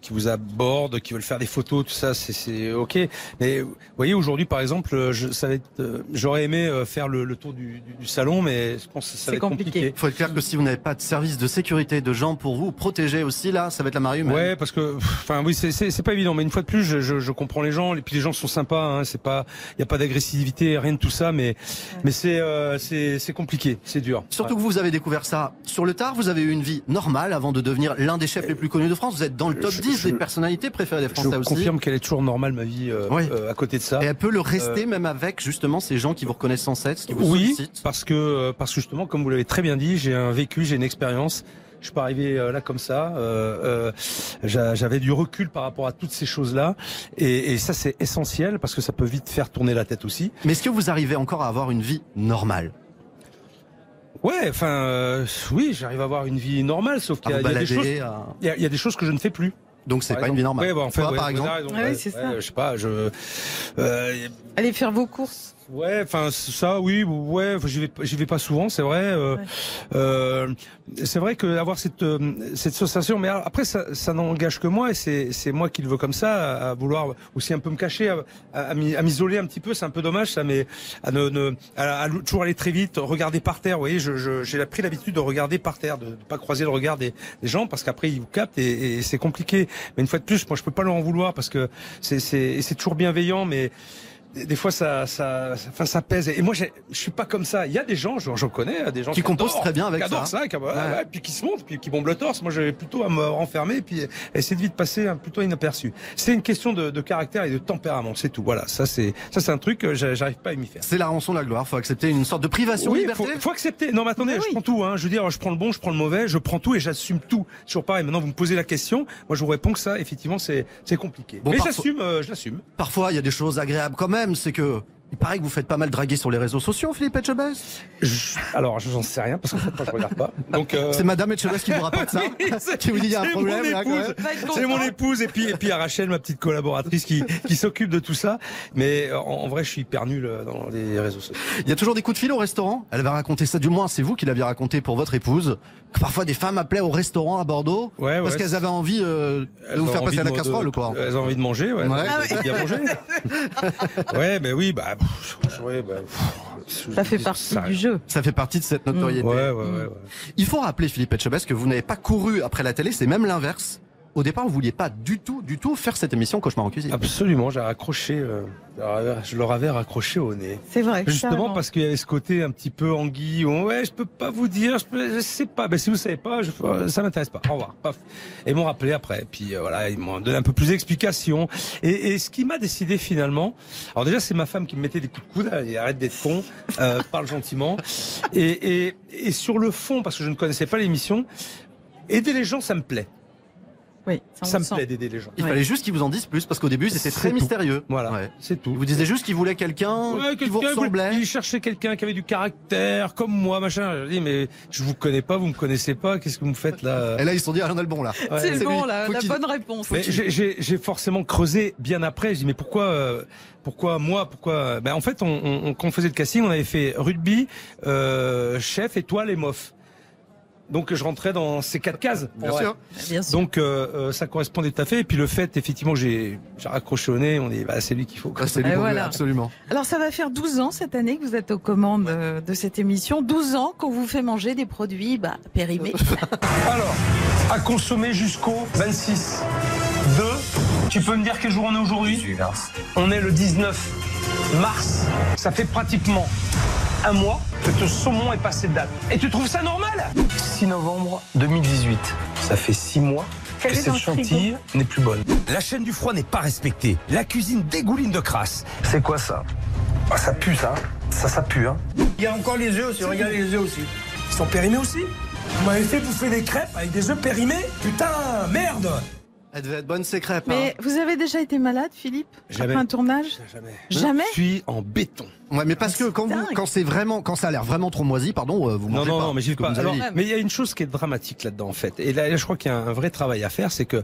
[SPEAKER 5] qui vous abordent, qui veulent faire des photos, tout ça, c'est, c'est ok. Mais vous voyez, aujourd'hui, par exemple, euh, je, ça va être, euh, j'aurais aimé euh, faire le, le tour du, du- du salon, mais je pense que ça va être compliqué.
[SPEAKER 3] Il faut être clair que si vous n'avez pas de service de sécurité, de gens pour vous protéger aussi, là, ça va être la marée humaine.
[SPEAKER 5] Ouais, parce que, pff, enfin, oui, c'est- c'est c'est pas évident. Mais une fois de plus, je, je, je comprends les gens. Et puis les gens sont sympas. Hein, c'est pas, il y a pas d'agressivité, rien de tout ça. Mais, mais c'est, euh, c'est, c'est compliqué, c'est dur.
[SPEAKER 3] Surtout
[SPEAKER 5] Ouais.
[SPEAKER 3] que vous avez découvert ça sur le tard, vous avez eu une vie normale avant de devenir l'un des chefs
[SPEAKER 5] Euh,
[SPEAKER 3] les plus connus de France. Vous êtes dans le top 10 des personnalités préférées des Français
[SPEAKER 5] je
[SPEAKER 3] aussi.
[SPEAKER 5] confirme qu'elle est toujours normale ma vie euh,
[SPEAKER 3] Oui.
[SPEAKER 5] euh, à côté de ça. Euh,
[SPEAKER 3] Et elle peut le rester même avec justement ces gens qui vous reconnaissent sans cesse, qui vous
[SPEAKER 5] oui,
[SPEAKER 3] sollicitent.
[SPEAKER 5] parce que euh, parce que justement, comme vous l'avez très bien dit, j'ai un vécu, j'ai une expérience. Je suis pas arrivé euh, là comme ça. euh, euh, j'a- J'avais du recul par rapport à toutes ces choses-là, et, et ça c'est essentiel parce que ça peut vite faire tourner la tête aussi.
[SPEAKER 3] Mais est-ce que vous arrivez encore à avoir une vie normale
[SPEAKER 5] Ouais, enfin, euh, oui, j'arrive à avoir une vie normale, sauf qu'il y, a
[SPEAKER 3] vous
[SPEAKER 5] il y a des
[SPEAKER 3] balader,
[SPEAKER 5] choses,
[SPEAKER 3] à-
[SPEAKER 5] il y a- il y a des choses que je ne fais plus.
[SPEAKER 3] Donc c'est
[SPEAKER 5] Par
[SPEAKER 3] pas une
[SPEAKER 5] exemple.
[SPEAKER 3] vie normale.
[SPEAKER 5] Ouais, bah, en fait,
[SPEAKER 3] Tu vois,
[SPEAKER 5] ouais,
[SPEAKER 3] par
[SPEAKER 5] vous
[SPEAKER 3] exemple.
[SPEAKER 5] avez raison.
[SPEAKER 4] Ah oui,
[SPEAKER 5] Ouais,
[SPEAKER 4] c'est
[SPEAKER 5] ouais,
[SPEAKER 4] ça.
[SPEAKER 5] Je sais pas, je. euh,
[SPEAKER 4] Allez faire vos courses.
[SPEAKER 5] Ouais, enfin ça, oui, ouais, enfin, j'y vais, j'y vais pas souvent, c'est vrai. euh, euh, c'est vrai que avoir cette euh, cette sensation, mais après ça, ça n'engage que moi et c'est c'est moi qui le veux comme ça, à, à vouloir aussi un peu me cacher, à, à, à m'y- à m'isoler un petit peu, c'est un peu dommage ça, mais à ne, ne- à, à toujours aller très vite, regarder par terre. Vous voyez, je, je- j'ai pris l'habitude de regarder par terre, de, ne pas croiser le regard des, des gens parce qu'après ils vous captent et, et c'est compliqué. Mais une fois de plus, moi je peux pas leur en vouloir parce que c'est c'est et c'est toujours bienveillant, mais des des fois ça ça ça, enfin, ça pèse et moi j'ai- je suis pas comme ça il y a des gens j'en j'en connais hein, des gens
[SPEAKER 3] Qui composent
[SPEAKER 5] adorent-
[SPEAKER 3] très bien avec
[SPEAKER 5] qui adorent
[SPEAKER 3] ça,
[SPEAKER 5] ça,
[SPEAKER 3] hein.
[SPEAKER 5] qui, ouais,
[SPEAKER 3] Ouais.
[SPEAKER 5] ouais, puis qui se montrent puis qui bombent le torse moi j'avais plutôt à me renfermer puis essayer de vite passer hein, plutôt inaperçu c'est une question de, de caractère et de tempérament c'est tout voilà ça c'est ça c'est un truc que j'a- j'arrive pas à m'y faire
[SPEAKER 3] C'est la rançon de la gloire. Faut accepter une sorte de privation de
[SPEAKER 5] oui,
[SPEAKER 3] liberté.
[SPEAKER 5] Faut, faut accepter. Non, mais attendez, je prends tout. Hein. Je veux dire, je prends le bon, je prends le mauvais, je prends tout et j'assume tout. Toujours pareil. Maintenant, vous me posez la question. Moi, je vous réponds que ça, effectivement, c'est c'est compliqué.
[SPEAKER 3] Bon,
[SPEAKER 5] mais
[SPEAKER 3] parfois-
[SPEAKER 5] j'assume, euh, je l'assume.
[SPEAKER 3] Parfois, il y a des choses agréables quand même. C'est que il paraît que vous faites pas mal draguer sur les réseaux sociaux, Philippe Etchebest.
[SPEAKER 5] Alors, je n'en sais rien parce que je regarde pas. <laughs> Donc, euh,
[SPEAKER 3] C'est Madame Etchebest qui vous rapporte ça,
[SPEAKER 5] <laughs> Oui, c'est-
[SPEAKER 3] qui vous dit il y a un
[SPEAKER 5] c'est
[SPEAKER 3] problème.
[SPEAKER 5] mon
[SPEAKER 3] là, quand
[SPEAKER 5] épouse.
[SPEAKER 3] même.
[SPEAKER 5] C'est mon épouse et puis et puis à Rachel, ma petite collaboratrice qui qui s'occupe de tout ça. Mais euh, en, en vrai, je suis hyper nul euh, dans les réseaux sociaux.
[SPEAKER 3] Il y a toujours des coups de fil au restaurant. Elle va raconter ça. Du moins, c'est vous qui l'aviez raconté pour votre épouse. Que parfois, des femmes appelaient au restaurant à Bordeaux
[SPEAKER 5] Ouais, ouais,
[SPEAKER 3] parce qu'elles
[SPEAKER 5] c'est-
[SPEAKER 3] avaient envie euh, de
[SPEAKER 5] Elles
[SPEAKER 3] vous
[SPEAKER 5] ont
[SPEAKER 3] faire
[SPEAKER 5] envie
[SPEAKER 3] passer à
[SPEAKER 5] de
[SPEAKER 3] la
[SPEAKER 5] mo- de-
[SPEAKER 3] casserole, quoi.
[SPEAKER 5] Elles ont envie de manger,
[SPEAKER 3] Ouais.
[SPEAKER 5] ouais. elles ont
[SPEAKER 4] Ah
[SPEAKER 5] bien manger. ouais, mais oui, bah. pff, ouais, bah, pff,
[SPEAKER 4] Ça fait partie
[SPEAKER 5] ça-
[SPEAKER 4] du jeu.
[SPEAKER 3] Ça fait partie de cette notoriété.
[SPEAKER 5] Mmh. Ouais, ouais, ouais, ouais.
[SPEAKER 3] Il faut rappeler, Philippe Etchebest, que vous n'avez pas couru après la télé, c'est même l'inverse. Au départ, vous vouliez pas du tout, du tout faire cette émission Cauchemar en
[SPEAKER 5] Ah bah.
[SPEAKER 3] cuisine.
[SPEAKER 5] Absolument, j'ai raccroché. euh, je leur avais raccroché au nez.
[SPEAKER 4] C'est vrai.
[SPEAKER 5] Justement
[SPEAKER 4] carrément.
[SPEAKER 5] parce qu'il y avait ce côté un petit peu anguille. où, ouais, je peux pas vous dire, je, peux- je sais pas. Ben si vous savez pas, je, euh, ça m'intéresse pas. Au revoir. paf. Et ils m'ont rappelé après. Puis euh, voilà, ils m'ont donné un peu plus d'explications. Et, et ce qui m'a décidé finalement, alors déjà c'est ma femme qui me mettait des coups de coude. Elle dit, arrête d'être con, euh, parle gentiment. Et, et, et sur le fond, parce que je ne connaissais pas l'émission, aider les gens, ça me plaît.
[SPEAKER 4] Oui,
[SPEAKER 5] Ça me plaît d'aider les gens.
[SPEAKER 3] Il fallait juste qu'ils vous en disent plus parce qu'au début, c'était
[SPEAKER 5] C'est
[SPEAKER 3] très
[SPEAKER 5] tout.
[SPEAKER 3] mystérieux.
[SPEAKER 5] Voilà, c'est tout.
[SPEAKER 3] Ils vous disiez juste qu'ils voulaient quelqu'un
[SPEAKER 5] Ouais,
[SPEAKER 3] qui vous
[SPEAKER 5] quelqu'un,
[SPEAKER 3] ressemblait.
[SPEAKER 5] Il cherchait quelqu'un qui avait du caractère, comme moi, machin. Je dis, mais je vous connais pas, vous me connaissez pas, qu'est-ce que vous me faites là
[SPEAKER 3] Et là, ils se sont dit, ah, on a le bon là.
[SPEAKER 5] Ouais.
[SPEAKER 4] C'est
[SPEAKER 5] C'est
[SPEAKER 4] bon,
[SPEAKER 5] lui.
[SPEAKER 4] la,
[SPEAKER 5] Faut
[SPEAKER 4] la
[SPEAKER 5] qu'il-
[SPEAKER 4] bonne réponse.
[SPEAKER 5] Mais j'ai- j'ai j'ai forcément creusé bien après. Je dis mais pourquoi, euh, pourquoi moi, pourquoi Ben en fait, on, on, on- quand on faisait le casting, on avait fait rugby, euh, chef, étoile et mof. Donc je rentrais dans ces quatre cases.
[SPEAKER 3] Bien
[SPEAKER 5] Ouais.
[SPEAKER 3] sûr.
[SPEAKER 5] Donc euh, euh, ça correspondait tout à fait. Et puis le fait, effectivement, j'ai j'ai raccroché au nez. On dit bah c'est lui qu'il faut. quoi.
[SPEAKER 3] Ah, c'est lui
[SPEAKER 4] Et
[SPEAKER 3] qu'on
[SPEAKER 4] voilà.
[SPEAKER 3] veut, absolument.
[SPEAKER 4] Alors ça va faire 12 ans cette année que vous êtes aux commandes euh, de cette émission. 12 ans qu'on vous fait manger des produits bah, périmés.
[SPEAKER 5] Alors, à consommer jusqu'au 26. 2. Tu peux me dire quel jour on est aujourd'hui On est le 19 mars. Ça fait pratiquement un mois que ton saumon est passé de date. Et tu trouves ça normal 6 novembre 2018. Ça fait 6 mois
[SPEAKER 9] Qu'elle est dans le frigo.
[SPEAKER 5] n'est plus bonne. La chaîne du froid n'est pas respectée. La cuisine dégouline de crasse. C'est quoi ça Ah, Ça pue ça. Ça, ça pue. Hein.
[SPEAKER 11] Il y a encore les œufs aussi, regarde les œufs aussi. Ils sont périmés aussi Vous m'avez fait bouffer des crêpes avec des œufs périmés Putain, merde
[SPEAKER 3] Elle devait être bonne, ces crêpes.
[SPEAKER 5] hein.
[SPEAKER 4] Mais vous avez déjà été malade, Philippe
[SPEAKER 5] Jamais.
[SPEAKER 4] Après un tournage
[SPEAKER 5] Jamais.
[SPEAKER 4] Jamais
[SPEAKER 5] Je suis en béton.
[SPEAKER 3] hein. Ouais, mais parce que quand, vous-
[SPEAKER 4] dingue.
[SPEAKER 3] quand c'est vraiment, quand ça a l'air vraiment trop moisi, pardon, euh, vous
[SPEAKER 5] Non,
[SPEAKER 3] mangez
[SPEAKER 5] non,
[SPEAKER 3] pas.
[SPEAKER 5] non, mais j'y vais
[SPEAKER 3] ce que
[SPEAKER 5] pas.
[SPEAKER 3] vous
[SPEAKER 5] Alors, euh,
[SPEAKER 3] avez dit.
[SPEAKER 5] mais il y a une chose qui est dramatique là-dedans, en fait. Et là, je crois qu'il y a un vrai travail à faire, c'est que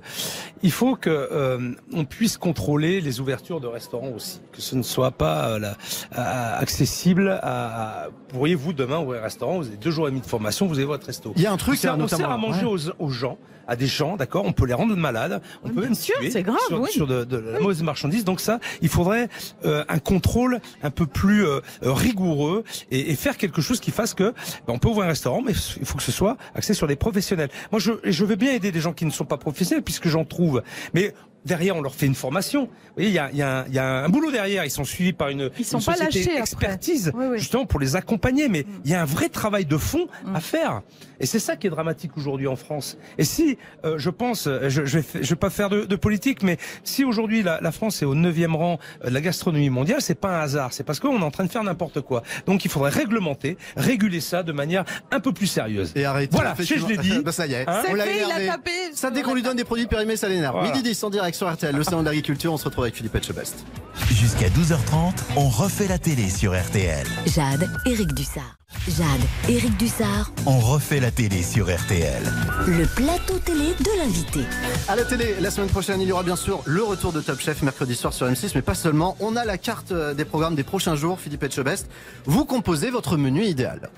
[SPEAKER 5] il faut que euh, on puisse contrôler les ouvertures de restaurants aussi, que ce ne soit pas euh, la- à- accessible. À, à- Pourriez-vous demain ouvrir un restaurant Vous avez deux jours et demi de formation, vous avez votre resto.
[SPEAKER 3] Il y a un truc,
[SPEAKER 5] On sert,
[SPEAKER 3] hein,
[SPEAKER 5] on sert
[SPEAKER 3] notamment,
[SPEAKER 5] à manger aux, aux gens, à des gens, d'accord. On peut les rendre malades. On peut même
[SPEAKER 4] sûr,
[SPEAKER 5] tuer
[SPEAKER 4] c'est grave,
[SPEAKER 5] sur,
[SPEAKER 4] oui.
[SPEAKER 5] sur de, de la mauvaise marchandise. Donc ça, il faudrait euh, un contrôle un peu plus euh, euh, rigoureux et, et faire quelque chose qui fasse que ben, on peut ouvrir un restaurant, mais il faut que ce soit axé sur les professionnels. Moi, je, et je veux bien aider des gens qui ne sont pas professionnels puisque j'en trouve, mais Derrière, on leur fait une formation. Vous voyez, il y a, il y a un- il y a un boulot derrière. Ils sont suivis par une,
[SPEAKER 4] Ils sont
[SPEAKER 5] une
[SPEAKER 4] pas
[SPEAKER 5] société
[SPEAKER 4] lâchés après.
[SPEAKER 5] expertise,
[SPEAKER 4] Oui, oui.
[SPEAKER 5] justement pour les accompagner. Mais il y a un vrai travail de fond à faire. Et c'est ça qui est dramatique aujourd'hui en France. Et si, euh, je pense, euh, je je vais, fa- je vais pas faire de, de politique, mais si aujourd'hui la, la France est au neuvième rang euh, de la gastronomie mondiale, c'est pas un hasard. C'est parce qu'on est en train de faire n'importe quoi. Donc il faudrait réglementer, réguler ça de manière un peu plus sérieuse.
[SPEAKER 3] Et arrêtez.
[SPEAKER 5] Voilà, je je l'ai dit.
[SPEAKER 3] <laughs> Bah, ça y est.
[SPEAKER 5] Hein
[SPEAKER 3] on l'a
[SPEAKER 4] fait, il a
[SPEAKER 3] énervé.
[SPEAKER 4] tapé.
[SPEAKER 3] Ça, dès qu'on lui donne des produits périmés, ça l'énerve.
[SPEAKER 1] Voilà.
[SPEAKER 3] Midi 10 en direct sur RTL, le salon de l'agriculture. On se retrouve avec Philippe Etchebest.
[SPEAKER 1] Jusqu'à 12h30, on refait la télé sur RTL.
[SPEAKER 2] Jade, Eric Dussard. Jade, Eric Dussard,
[SPEAKER 1] On refait la télé sur RTL.
[SPEAKER 2] le plateau télé de l'invité.
[SPEAKER 3] À la télé, la semaine prochaine, il y aura bien sûr le retour de Top Chef mercredi soir sur M6, mais pas seulement. On a la carte euh, des programmes des prochains jours, Philippe Etchebest. Vous composez votre menu idéal.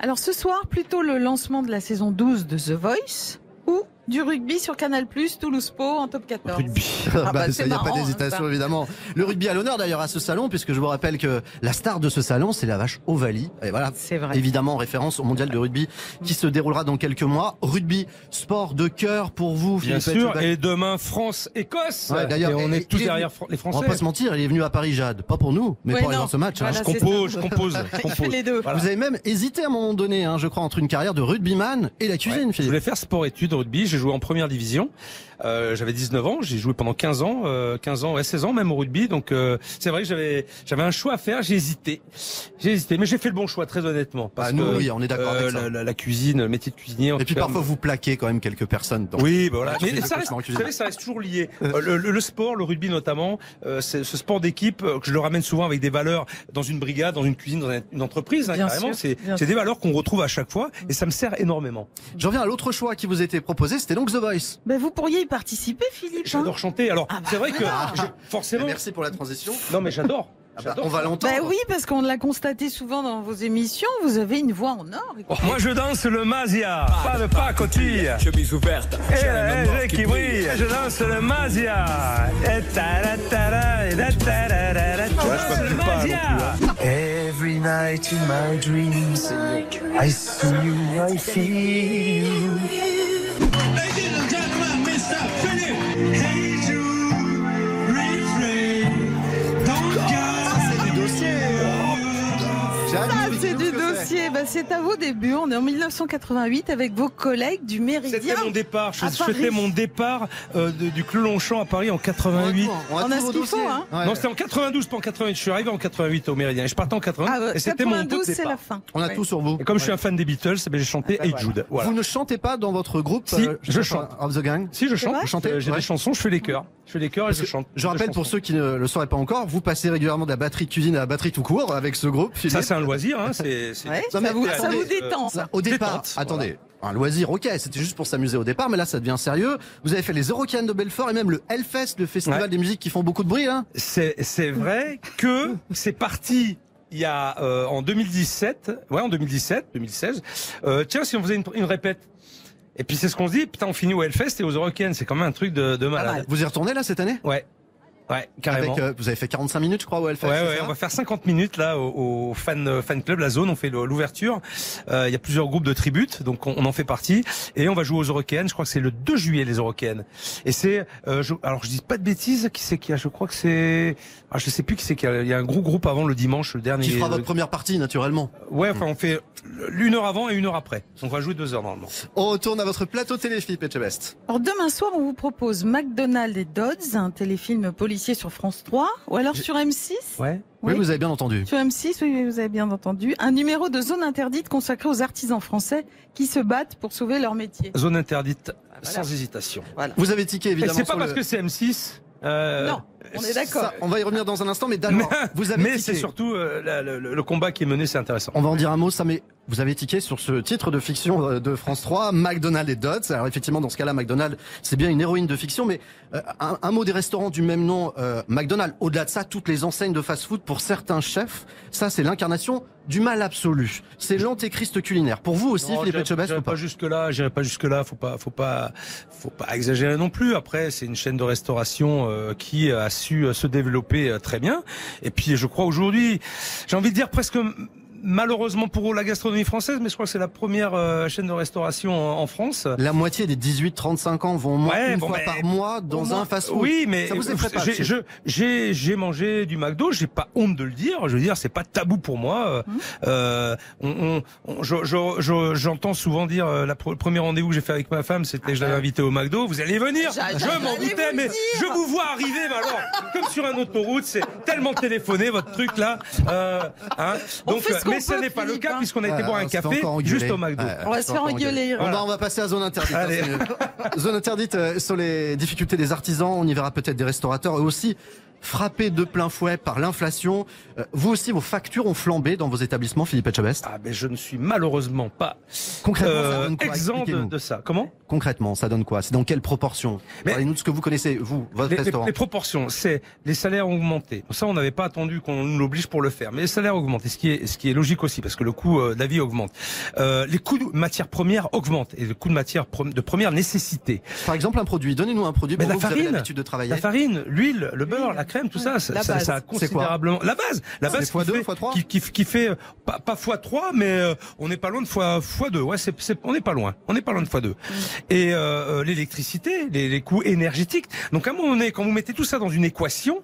[SPEAKER 4] Alors ce soir, plutôt le lancement de la saison 12 de The Voice ou du rugby sur Canal+, Toulouse Po en top 14. Ah bah,
[SPEAKER 3] Bah,
[SPEAKER 4] c'est
[SPEAKER 3] ça, il n'y a pas
[SPEAKER 4] marrant, hein,
[SPEAKER 3] d'hésitation,
[SPEAKER 4] ça.
[SPEAKER 3] évidemment. Le rugby à l'honneur, d'ailleurs, à ce salon, puisque je vous rappelle que la star de ce salon, c'est la vache Ovalie. Et voilà. Évidemment, en référence au mondial de rugby qui se déroulera dans quelques mois. Rugby, sport de cœur pour vous,
[SPEAKER 5] Bien
[SPEAKER 3] Philippe
[SPEAKER 5] sûr,
[SPEAKER 3] Etchebest.
[SPEAKER 5] et demain France-Écosse.
[SPEAKER 3] Ouais,
[SPEAKER 5] et
[SPEAKER 3] d'ailleurs,
[SPEAKER 5] on
[SPEAKER 3] et-
[SPEAKER 5] est tous
[SPEAKER 3] il est
[SPEAKER 5] derrière
[SPEAKER 3] venu-
[SPEAKER 5] Fran- les Français.
[SPEAKER 3] On va pas se mentir, il est venu à Paris, Jade. Pas pour nous, mais
[SPEAKER 5] Ouais,
[SPEAKER 3] pour aller
[SPEAKER 5] non.
[SPEAKER 3] voir ce match.
[SPEAKER 5] Voilà, Je Ah, c'est compose, ça. je compose, <laughs> je
[SPEAKER 3] Il fait
[SPEAKER 5] compose.
[SPEAKER 3] les deux.
[SPEAKER 5] Voilà.
[SPEAKER 3] Vous avez même hésité à un moment donné, hein, je crois, entre une carrière de rugbyman et la cuisine,
[SPEAKER 5] Je voulais faire sport-études rugby. J'ai joué en première division. Euh, j'avais 19 ans. J'ai joué pendant 15 ans, euh, 15 ans, ouais, 16 ans même au rugby. Donc euh, c'est vrai que j'avais j'avais un choix à faire. J'ai hésité. J'ai hésité, mais j'ai fait le bon choix très honnêtement. Parce
[SPEAKER 3] Ah, nous,
[SPEAKER 5] que, euh,
[SPEAKER 3] oui, on est d'accord avec ça.
[SPEAKER 5] La, la- la cuisine, le métier de cuisinier. en
[SPEAKER 3] Et
[SPEAKER 5] tout
[SPEAKER 3] puis
[SPEAKER 5] cas,
[SPEAKER 3] parfois, vous plaquez quand même quelques personnes. dans-
[SPEAKER 5] oui, bah voilà.
[SPEAKER 3] dans la
[SPEAKER 5] Mais
[SPEAKER 3] cuisine,
[SPEAKER 5] ça
[SPEAKER 3] le
[SPEAKER 5] reste,
[SPEAKER 3] coachement en
[SPEAKER 5] vous
[SPEAKER 3] cuisine.
[SPEAKER 5] savez, ça reste toujours lié. Euh, le, le- le sport, le rugby notamment, euh, c'est ce sport d'équipe euh, que je le ramène souvent avec des valeurs dans une brigade, dans une cuisine, dans une entreprise. Hein,
[SPEAKER 3] Bien
[SPEAKER 5] carrément,
[SPEAKER 3] sûr,
[SPEAKER 5] c'est
[SPEAKER 3] bien
[SPEAKER 5] c'est
[SPEAKER 3] sûr.
[SPEAKER 5] des valeurs qu'on retrouve à chaque fois et ça me sert énormément.
[SPEAKER 3] J'en viens à l'autre choix qui vous était proposé, c'était donc The Voice.
[SPEAKER 4] Ben, vous pourriez y participer, Philippe. hein.
[SPEAKER 5] J'adore chanter. Alors c'est vrai que
[SPEAKER 4] voilà.
[SPEAKER 5] je- forcément.
[SPEAKER 3] Merci bah, pour la transition. Ah
[SPEAKER 5] Non mais j'adore. J'adore.
[SPEAKER 4] Ben oui, parce qu'on l'a constaté souvent dans vos émissions, vous avez une voix en or.
[SPEAKER 5] Moi je danse le Mazia, pas de pacotille.
[SPEAKER 19] Chemise ouverte.
[SPEAKER 5] Et
[SPEAKER 19] j'ai un
[SPEAKER 5] la
[SPEAKER 19] homme mort
[SPEAKER 5] LG
[SPEAKER 19] qui
[SPEAKER 5] qui brille, je danse le Mazia. Et ta-ra-ta-ra, et la-ta-ra-ra-ra, je danse le Mazia.
[SPEAKER 19] Every night in my dreams, I see you, I feel you. Ladies and gentlemen, Mr. Philip Hazel, refrain, don't go. C'est du
[SPEAKER 4] Ça,
[SPEAKER 19] dossier.
[SPEAKER 4] Ah, c'est du dossier. Ben, c'est à vos débuts. On est en 1988 avec vos collègues du Méridien.
[SPEAKER 5] C'était mon départ. Je
[SPEAKER 4] à
[SPEAKER 5] souhaitais
[SPEAKER 4] Paris.
[SPEAKER 5] mon départ euh, de- du Clos Longchamp à Paris en 88.
[SPEAKER 4] On a On a tout ce vos qu'il faut, dossiers. hein. Ouais.
[SPEAKER 5] Non, c'était en 92, pas en 88. Je suis arrivé en 88 au Méridien. et Je partais en 92.
[SPEAKER 4] Ah, ouais,
[SPEAKER 5] et c'était mon
[SPEAKER 4] 92,
[SPEAKER 5] tout
[SPEAKER 4] c'est
[SPEAKER 5] départ.
[SPEAKER 4] la fin. On a Ouais. tout
[SPEAKER 3] sur vous.
[SPEAKER 5] Et comme je suis un fan des Beatles, ben, j'ai chanté Hey Jude. Voilà.
[SPEAKER 3] Ah, bah, Vous ne chantez pas dans votre groupe
[SPEAKER 5] Si,
[SPEAKER 3] euh,
[SPEAKER 5] je chante.
[SPEAKER 3] Of the Gang
[SPEAKER 5] Si je chante,
[SPEAKER 3] Vous chantez
[SPEAKER 5] Euh, j'ai
[SPEAKER 3] Ouais.
[SPEAKER 5] des chansons, je fais les chœurs. Je fais les chœurs et je chante.
[SPEAKER 3] Je rappelle pour ceux qui ne le sauraient pas encore, vous passez régulièrement de la batterie de cuisine à la batterie tout court avec ce groupe.
[SPEAKER 5] Ça, c'est un loisir. Hein,
[SPEAKER 3] <laughs>
[SPEAKER 5] c'est, c'est-
[SPEAKER 3] Non, mais attendez,
[SPEAKER 5] euh,
[SPEAKER 3] euh, ça, Au départ,
[SPEAKER 5] Détente,
[SPEAKER 3] attendez. Un loisir, ok, c'était juste pour s'amuser au départ, mais là ça devient sérieux. Vous avez fait les Eurocaines de Belfort et même le Hellfest, le festival des musiques qui font beaucoup de bruit. Hein.
[SPEAKER 5] C'est, c'est vrai que c'est parti il y a euh, en 2017, ouais en 2017, 2016. Euh, tiens, si on faisait une, une répète. Et puis c'est ce qu'on se dit, putain, on finit au Hellfest et aux Eurocaines, c'est quand même un truc de, de malade.
[SPEAKER 3] Vous y retournez là cette année
[SPEAKER 5] Ouais, ouais, carrément.
[SPEAKER 3] Avec, euh, vous avez fait 45 minutes, je crois, au Hellfest.
[SPEAKER 5] Ouais,
[SPEAKER 3] c'est
[SPEAKER 5] ouais,
[SPEAKER 3] ça
[SPEAKER 5] on va faire 50 minutes là au, au fan euh, fan club la zone. On fait le- l'ouverture. Euh, Il y a plusieurs groupes de tributes, donc on, on en fait partie. Et on va jouer aux Eurocaines. Je crois que c'est le 2 juillet les Eurocaines. Et c'est euh, je- alors je dis pas de bêtises. Qui c'est qui a Je crois que c'est ah, je sais plus qui c'est qui a. Il y a un gros groupe avant le dimanche le dernier.
[SPEAKER 3] Qui fera
[SPEAKER 5] le-
[SPEAKER 3] votre première partie, naturellement.
[SPEAKER 5] Ouais, enfin on fait l'une heure avant et une heure après. On va jouer deux heures normalement.
[SPEAKER 3] On retourne à votre plateau télé, Philippe Etchebest.
[SPEAKER 4] Alors demain soir, on vous propose McDonald et Dodds, un téléfilm policier sur France 3, ou alors sur M6.
[SPEAKER 5] Ouais.
[SPEAKER 3] Oui,
[SPEAKER 4] Oui.
[SPEAKER 3] vous avez bien entendu.
[SPEAKER 4] Sur M6, oui, vous avez bien entendu, un numéro de zone interdite consacré aux artisans français qui se battent pour sauver leur métier.
[SPEAKER 5] Zone interdite sans hésitation.
[SPEAKER 3] Vous avez tiqué évidemment.
[SPEAKER 5] Et Eh, c'est pas
[SPEAKER 3] sur
[SPEAKER 5] parce
[SPEAKER 3] le-
[SPEAKER 5] que c'est M6. euh,
[SPEAKER 4] Non, on est d'accord.
[SPEAKER 3] Ça, on va y revenir dans un instant, mais d'abord, vous avez
[SPEAKER 5] <laughs> Mais
[SPEAKER 3] tiqué.
[SPEAKER 5] c'est surtout euh, la- le, le combat qui est mené, c'est intéressant.
[SPEAKER 3] On va en dire un mot, ça, mais vous avez tiqué sur ce titre de fiction euh, de France 3, McDonald's et Dodds. Alors effectivement, dans ce cas-là, McDonald's, c'est bien une héroïne de fiction, mais euh, un, un mot des restaurants du même nom, euh, McDonald's. Au-delà de ça, toutes les enseignes de fast-food, pour certains chefs, ça, c'est l'incarnation du mal absolu. C'est l'antéchrist culinaire. Pour vous aussi,
[SPEAKER 5] Non,
[SPEAKER 3] Philippe
[SPEAKER 5] j'irai-
[SPEAKER 3] Etchebest,
[SPEAKER 5] j'irai
[SPEAKER 3] ou
[SPEAKER 5] pas
[SPEAKER 3] pas
[SPEAKER 5] jusque là, j'irai pas jusque là. Faut pas, faut pas, faut pas exagérer non plus. Après, c'est une chaîne de restauration euh, qui a su euh, se développer euh, très bien. Et puis, je crois aujourd'hui, j'ai envie de dire presque. m- Malheureusement pour la gastronomie française, mais je crois que c'est la première euh, chaîne de restauration en, en France.
[SPEAKER 3] La moitié des 18-35 ans vont au moins
[SPEAKER 5] Ouais,
[SPEAKER 3] une
[SPEAKER 5] bon,
[SPEAKER 3] fois
[SPEAKER 5] mais-
[SPEAKER 3] par mois dans
[SPEAKER 5] Au moins-
[SPEAKER 3] un fast-food.
[SPEAKER 5] Oui, mais
[SPEAKER 3] ça vous effraie pas
[SPEAKER 5] j'ai-
[SPEAKER 3] monsieur
[SPEAKER 5] je- j'ai j'ai mangé du McDo, j'ai pas honte de le dire. Je veux dire, c'est pas tabou pour moi. Euh,
[SPEAKER 3] Hum.
[SPEAKER 5] euh, on, on- on- je- je- je- j'entends souvent dire euh, la pre- le premier rendez-vous que j'ai fait avec ma femme, c'était
[SPEAKER 3] Ah
[SPEAKER 5] je l'avais invité au McDo. Vous allez venir.
[SPEAKER 19] J'a-
[SPEAKER 5] Je m'en
[SPEAKER 19] j'allais
[SPEAKER 5] doutais,
[SPEAKER 19] vous
[SPEAKER 5] mais
[SPEAKER 19] le
[SPEAKER 5] je vous vois arriver. Mais alors, comme sur un autoroute, c'est tellement téléphoné votre truc là. Euh, hein.
[SPEAKER 3] On
[SPEAKER 5] Donc,
[SPEAKER 3] fait ce
[SPEAKER 5] euh,
[SPEAKER 3] qu'on
[SPEAKER 5] mais ça
[SPEAKER 3] peut,
[SPEAKER 5] n'est pas le
[SPEAKER 3] Philippe,
[SPEAKER 5] cas
[SPEAKER 3] hein.
[SPEAKER 5] puisqu'on a été
[SPEAKER 3] Ah,
[SPEAKER 5] boire un
[SPEAKER 3] on se fait
[SPEAKER 5] café
[SPEAKER 3] encore engueuler.
[SPEAKER 5] juste au McDo.
[SPEAKER 3] Ouais, on se fait encore engueuler. On va- on va passer à zone interdite. hein,
[SPEAKER 5] Allez.
[SPEAKER 3] c'est mieux. zone interdite euh, sur les difficultés des artisans, on y verra peut-être des restaurateurs eux aussi frappé de plein fouet par l'inflation. Euh, Vous aussi, vos factures ont flambé dans vos établissements, Philippe Etchebest
[SPEAKER 5] Ah, ben je ne suis malheureusement pas
[SPEAKER 3] Concrètement, ça
[SPEAKER 5] euh,
[SPEAKER 3] donne quoi
[SPEAKER 5] exempt de,
[SPEAKER 3] Expliquez-nous.
[SPEAKER 5] de ça. Comment
[SPEAKER 3] Concrètement, ça donne quoi C'est dans quelle proportion Parlez-nous de ce que vous connaissez, vous, votre
[SPEAKER 5] les, les-
[SPEAKER 3] restaurant.
[SPEAKER 5] les proportions, c'est les salaires augmentés. Ça, on n'avait pas attendu qu'on nous l'oblige pour le faire, mais les salaires augmentés, ce qui est, ce qui est logique aussi, parce que le coût euh, de la vie augmente. Euh, les coûts de matières premières augmentent, et le coût de matières prom- de première nécessité.
[SPEAKER 3] Par exemple, un produit, donnez-nous un produit
[SPEAKER 5] Mais
[SPEAKER 3] pour
[SPEAKER 5] la
[SPEAKER 3] vous, vous avez
[SPEAKER 5] farine,
[SPEAKER 3] l'habitude de travailler.
[SPEAKER 5] La farine, l'huile, le beurre, la crème, tout ça, ça,
[SPEAKER 3] La
[SPEAKER 5] ça-
[SPEAKER 3] base.
[SPEAKER 5] ça a
[SPEAKER 3] C'est quoi
[SPEAKER 5] considérablement... La base La
[SPEAKER 3] C'est
[SPEAKER 5] base
[SPEAKER 3] fois
[SPEAKER 5] qui,
[SPEAKER 3] deux,
[SPEAKER 5] fait,
[SPEAKER 3] fois trois
[SPEAKER 5] qui, qui- qui fait, euh, pas, pas fois 3, mais euh, on n'est pas loin de fois, fois 2. Ouais, c'est c'est- on n'est pas loin. On n'est pas loin de fois 2. Et euh, euh, l'électricité, les, les coûts énergétiques. Donc à un moment donné, quand vous mettez tout ça dans une équation,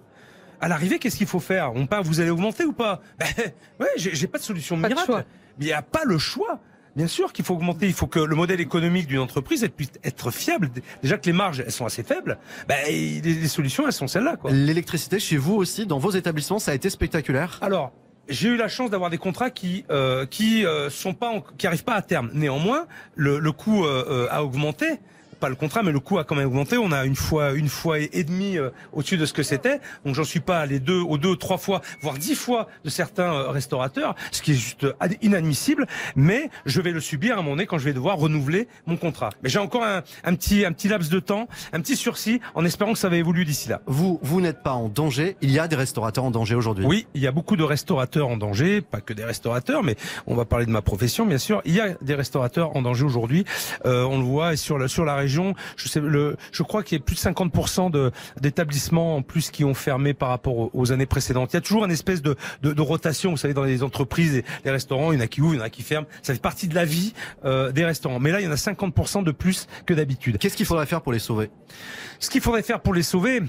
[SPEAKER 5] à l'arrivée, qu'est-ce qu'il faut faire On part, vous allez augmenter ou pas Ben, <laughs> ouais, j'ai j'ai pas de solution
[SPEAKER 4] de
[SPEAKER 5] miracle.
[SPEAKER 4] choix.
[SPEAKER 5] Mais il n'y a pas le choix. Bien sûr qu'il faut augmenter, il faut que le modèle économique d'une entreprise elle puisse être fiable. Déjà que les marges elles sont assez faibles, ben, les, les solutions elles sont celles-là. quoi.
[SPEAKER 3] L'électricité chez vous aussi, dans vos établissements, ça a été spectaculaire.
[SPEAKER 5] Alors, j'ai eu la chance d'avoir des contrats qui euh, qui euh, sont pas en- qui arrivent pas à terme. Néanmoins, le, le coût euh, euh, a augmenté. Pas le contrat, mais le coût a quand même augmenté. On a une fois, une fois et, et demie euh, au-dessus de ce que c'était. Donc j'en suis pas allé deux, aux deux, trois fois, voire dix fois de certains euh, restaurateurs, ce qui est juste euh, ad- inadmissible. Mais je vais le subir à mon nez quand je vais devoir renouveler mon contrat. Mais j'ai encore un, un petit, un petit laps de temps, un petit sursis, en espérant que ça va évoluer d'ici là.
[SPEAKER 3] Vous, vous n'êtes pas en danger. Il y a des restaurateurs en danger aujourd'hui.
[SPEAKER 5] Oui, il y a beaucoup de restaurateurs en danger, pas que des restaurateurs, mais on va parler de ma profession, bien sûr. Il y a des restaurateurs en danger aujourd'hui. Euh, on le voit et sur la, sur la région. Je, sais, le, je crois qu'il y a plus de 50% de- d'établissements en plus qui ont fermé par rapport aux, aux années précédentes. Il y a toujours une espèce de, de, de rotation, vous savez, dans les entreprises, et les restaurants, il y en a qui ouvrent, il y en a qui ferment. Ça fait partie de la vie euh, des restaurants. Mais là, il y en a 50% de plus que d'habitude.
[SPEAKER 3] Qu'est-ce qu'il faudrait faire pour les sauver
[SPEAKER 5] Ce qu'il faudrait faire pour les sauver,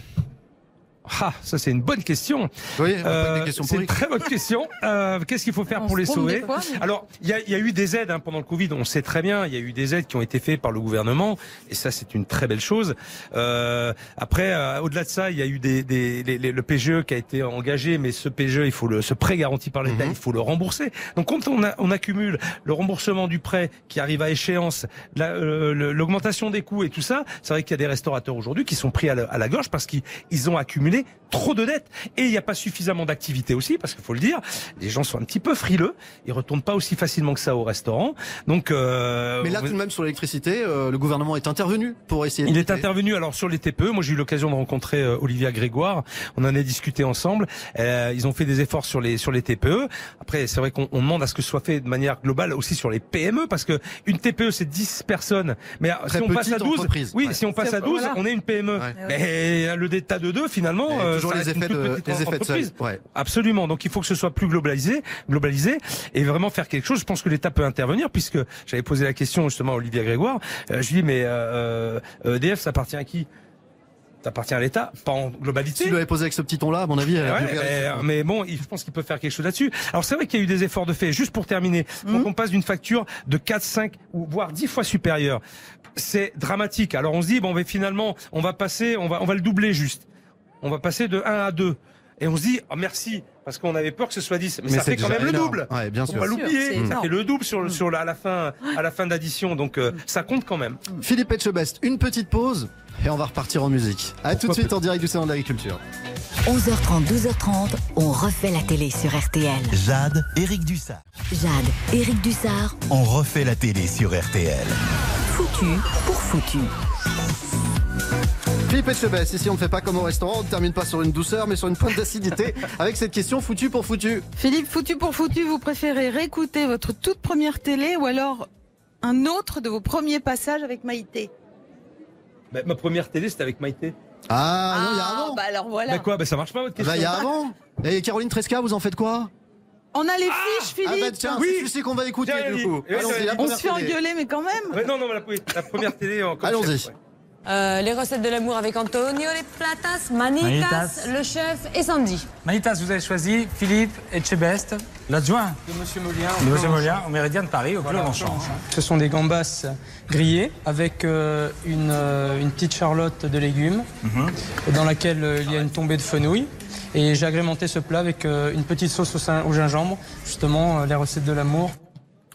[SPEAKER 5] ah, ça c'est une bonne question.
[SPEAKER 3] voyez, on pose des questions
[SPEAKER 5] Euh, c'est une
[SPEAKER 3] pourries.
[SPEAKER 5] très bonne question. Euh, Qu'est-ce qu'il faut faire
[SPEAKER 18] On
[SPEAKER 5] pour
[SPEAKER 18] se
[SPEAKER 5] les
[SPEAKER 18] trompe
[SPEAKER 5] sauver
[SPEAKER 18] des fois, mais-
[SPEAKER 5] Alors, il y a, il y a eu des aides hein, pendant le Covid. On sait très bien, il y a eu des aides qui ont été faites par le gouvernement, et ça c'est une très belle chose. Euh, après, euh, au-delà de ça, il y a eu des, des- les- les- le PGE qui a été engagé, mais ce PGE, il faut le, ce prêt garanti par
[SPEAKER 3] Mhm.
[SPEAKER 5] l'État, il faut le rembourser. Donc quand on, a- on accumule le remboursement du prêt qui arrive à échéance, la- euh, le- l'augmentation des coûts et tout ça, c'est vrai qu'il y a des restaurateurs aujourd'hui qui sont pris à la, à la gorge parce qu'ils ils ont accumulé trop de dettes et il n'y a pas suffisamment d'activité aussi parce qu'il faut le dire, les gens sont un petit peu frileux, ils retournent pas aussi facilement que ça au restaurant. Donc euh,
[SPEAKER 3] Mais là,
[SPEAKER 5] on-
[SPEAKER 3] tout de même, sur l'électricité, euh, le gouvernement est intervenu pour essayer.
[SPEAKER 5] il
[SPEAKER 3] de-
[SPEAKER 5] est intervenu alors sur les TPE. Moi, j'ai eu l'occasion de rencontrer euh, Olivia Grégoire. On en a discuté ensemble. Euh, ils ont fait des efforts sur les sur les TPE. Après, c'est vrai qu'on on demande à ce que ce soit fait de manière globale aussi sur les PME parce que une TPE c'est 10 personnes. Mais euh,
[SPEAKER 3] Très
[SPEAKER 5] si on passe à
[SPEAKER 3] petite
[SPEAKER 5] 12,
[SPEAKER 3] entreprise.
[SPEAKER 5] oui,
[SPEAKER 3] Ouais.
[SPEAKER 5] si on passe
[SPEAKER 3] C'est-
[SPEAKER 5] à 12,
[SPEAKER 3] voilà.
[SPEAKER 5] on est une PME. Mais euh, le détat de deux finalement,
[SPEAKER 3] Et
[SPEAKER 5] euh,
[SPEAKER 3] toujours
[SPEAKER 5] ça
[SPEAKER 3] les
[SPEAKER 5] reste une
[SPEAKER 3] effets
[SPEAKER 5] toute
[SPEAKER 3] de-
[SPEAKER 5] petite
[SPEAKER 3] les effets de
[SPEAKER 5] entreprise.
[SPEAKER 3] seuil. Ouais.
[SPEAKER 5] Absolument. Donc il faut que ce soit plus globalisé, globalisé et vraiment faire quelque chose. Je pense que l'État peut intervenir puisque j'avais posé la question justement à Olivier Grégoire. Euh, je lui ai dit mais euh, euh, EDF ça appartient à qui Ça appartient à l'État, pas en globalité.
[SPEAKER 3] Si vous l'avez posé avec ce petit ton-là, à mon avis, elle a
[SPEAKER 5] Ouais,
[SPEAKER 3] dû regarder.
[SPEAKER 5] mais, euh, mais bon, il- je pense qu'il peut faire quelque chose là-dessus. Alors c'est vrai qu'il y a eu des efforts de fait. Juste pour terminer,
[SPEAKER 3] Hmm.
[SPEAKER 5] donc on passe d'une facture de 4, 5 ou voire 10 fois supérieure. C'est dramatique. Alors on se dit bon, mais finalement, on va passer, on va, on va le doubler juste. On va passer de 1 à 2. Et on se dit oh, merci parce qu'on avait peur que ce soit 10, mais,
[SPEAKER 3] Mais
[SPEAKER 5] ça
[SPEAKER 3] c'est
[SPEAKER 5] fait quand
[SPEAKER 3] déjà
[SPEAKER 5] même le
[SPEAKER 3] énorme.
[SPEAKER 5] double.
[SPEAKER 3] Ouais, bien
[SPEAKER 5] Faut
[SPEAKER 3] sûr.
[SPEAKER 5] pas
[SPEAKER 3] Bien sûr, c'est
[SPEAKER 5] l'oublier. Ça
[SPEAKER 3] énorme. Hmm.
[SPEAKER 5] fait le double sur, le- sur la, à la fin, à la fin d'addition. Donc euh, ça compte quand même.
[SPEAKER 3] Philippe Etchebest, une petite pause et on va repartir en musique. À tout de suite en direct du salon de l'agriculture.
[SPEAKER 2] 11h30, 12h30, on refait la télé sur RTL.
[SPEAKER 1] Jade, Eric Dussard.
[SPEAKER 2] Jade, Eric Dussard,
[SPEAKER 1] On refait la télé sur RTL.
[SPEAKER 2] foutu pour foutu.
[SPEAKER 3] Philippe Etchebest, ici on ne fait pas comme au restaurant, on ne termine pas sur une douceur mais sur une pointe
[SPEAKER 5] <laughs>
[SPEAKER 3] d'acidité avec cette question foutue pour foutu.
[SPEAKER 4] Philippe, foutu pour foutu, vous préférez réécouter votre toute première télé ou alors un autre de vos premiers passages avec Maïté
[SPEAKER 5] Bah, ma première télé, c'était avec Maïté.
[SPEAKER 3] Ah, non, il y a avant.
[SPEAKER 4] bah alors voilà.
[SPEAKER 5] Bah quoi Bah ça marche pas votre
[SPEAKER 3] Ah
[SPEAKER 5] question.
[SPEAKER 3] bah, il y a avant. Et Caroline Tresca, vous en faites quoi
[SPEAKER 4] On a les fiches,
[SPEAKER 3] Ah
[SPEAKER 4] Philippe
[SPEAKER 3] bah tiens,
[SPEAKER 5] Oui.
[SPEAKER 3] c'est celui-ci qu'on va écouter
[SPEAKER 5] Tiens,
[SPEAKER 3] du
[SPEAKER 5] Ellie.
[SPEAKER 3] coup.
[SPEAKER 5] Eh oui,
[SPEAKER 3] Allons-y,
[SPEAKER 5] Ellie.
[SPEAKER 3] la
[SPEAKER 5] On
[SPEAKER 4] On se
[SPEAKER 3] première
[SPEAKER 4] fait
[SPEAKER 3] télé.
[SPEAKER 4] engueuler, mais quand même.
[SPEAKER 5] Ouais, non, non, mais la, oui, la première télé en comme
[SPEAKER 3] Allons-y.
[SPEAKER 5] chef, ouais.
[SPEAKER 9] Euh, les recettes de l'amour avec Antonio, les platas, manitas,
[SPEAKER 20] Manitas.
[SPEAKER 9] le chef et Sandy.
[SPEAKER 20] Manitas, vous avez choisi Philippe Etchebest, l'adjoint
[SPEAKER 11] De Monsieur Molien.
[SPEAKER 20] de Monsieur Molia au Méridien de Paris, au Club
[SPEAKER 11] Voilà,
[SPEAKER 20] Longchamp.
[SPEAKER 11] Ce sont des gambas grillées avec euh, une, euh, une petite charlotte de légumes dans laquelle euh, il y a une tombée de fenouil. Et j'ai agrémenté ce plat avec euh, une petite sauce au, sein- au gingembre, justement euh, les recettes de l'amour.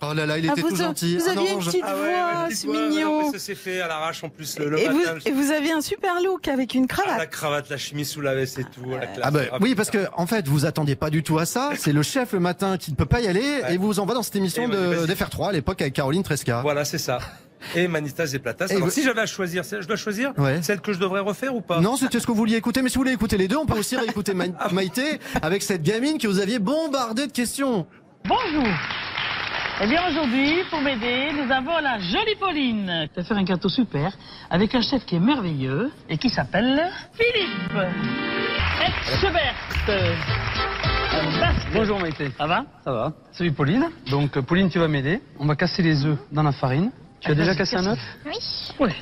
[SPEAKER 3] Oh là là, il
[SPEAKER 4] Ah,
[SPEAKER 3] était
[SPEAKER 4] vous
[SPEAKER 3] tout
[SPEAKER 4] a-
[SPEAKER 3] gentil.
[SPEAKER 4] vous
[SPEAKER 3] Un
[SPEAKER 4] aviez une
[SPEAKER 3] orange.
[SPEAKER 5] Ah
[SPEAKER 4] petite voix, c'est mignon.
[SPEAKER 5] Ça s'est fait à l'arrache en plus le,
[SPEAKER 4] Et vous, et vous avez un super look avec une cravate.
[SPEAKER 5] la cravate, la chemise sous la veste et tout.
[SPEAKER 3] Ah bah, oui, parce que en fait, vous attendiez pas du tout à
[SPEAKER 4] <laughs>
[SPEAKER 3] ça. C'est le chef le matin qui ne peut pas y aller et vous envoie dans cette émission
[SPEAKER 5] Et il m'a dit,
[SPEAKER 3] de
[SPEAKER 5] vas-y.
[SPEAKER 3] d'FR3 à l'époque avec Caroline Tresca.
[SPEAKER 5] Voilà, c'est ça. Et Manitas et Platas.
[SPEAKER 3] Et
[SPEAKER 5] Alors,
[SPEAKER 3] vous-
[SPEAKER 5] si j'avais à choisir, celle- je dois choisir
[SPEAKER 3] Ouais.
[SPEAKER 5] celle que je devrais refaire ou pas
[SPEAKER 3] Non, c'était ce que vous vouliez écouter, mais si vous voulez écouter les deux, on peut aussi réécouter <laughs> Ma- Ah Maïté avec cette gamine que vous aviez bombardée de questions.
[SPEAKER 21] Bonjour. Eh bien, aujourd'hui, pour m'aider, nous avons la jolie Pauline qui va faire un gâteau super avec un chef qui est merveilleux et qui s'appelle Philippe Etchebert.
[SPEAKER 20] Bonjour Maïté. Ça va Ça va. Salut Pauline. Donc euh, Pauline, tu vas m'aider. On va casser les œufs dans la farine.
[SPEAKER 21] Ah,
[SPEAKER 20] Tu as déjà cassé un œuf
[SPEAKER 21] Oui.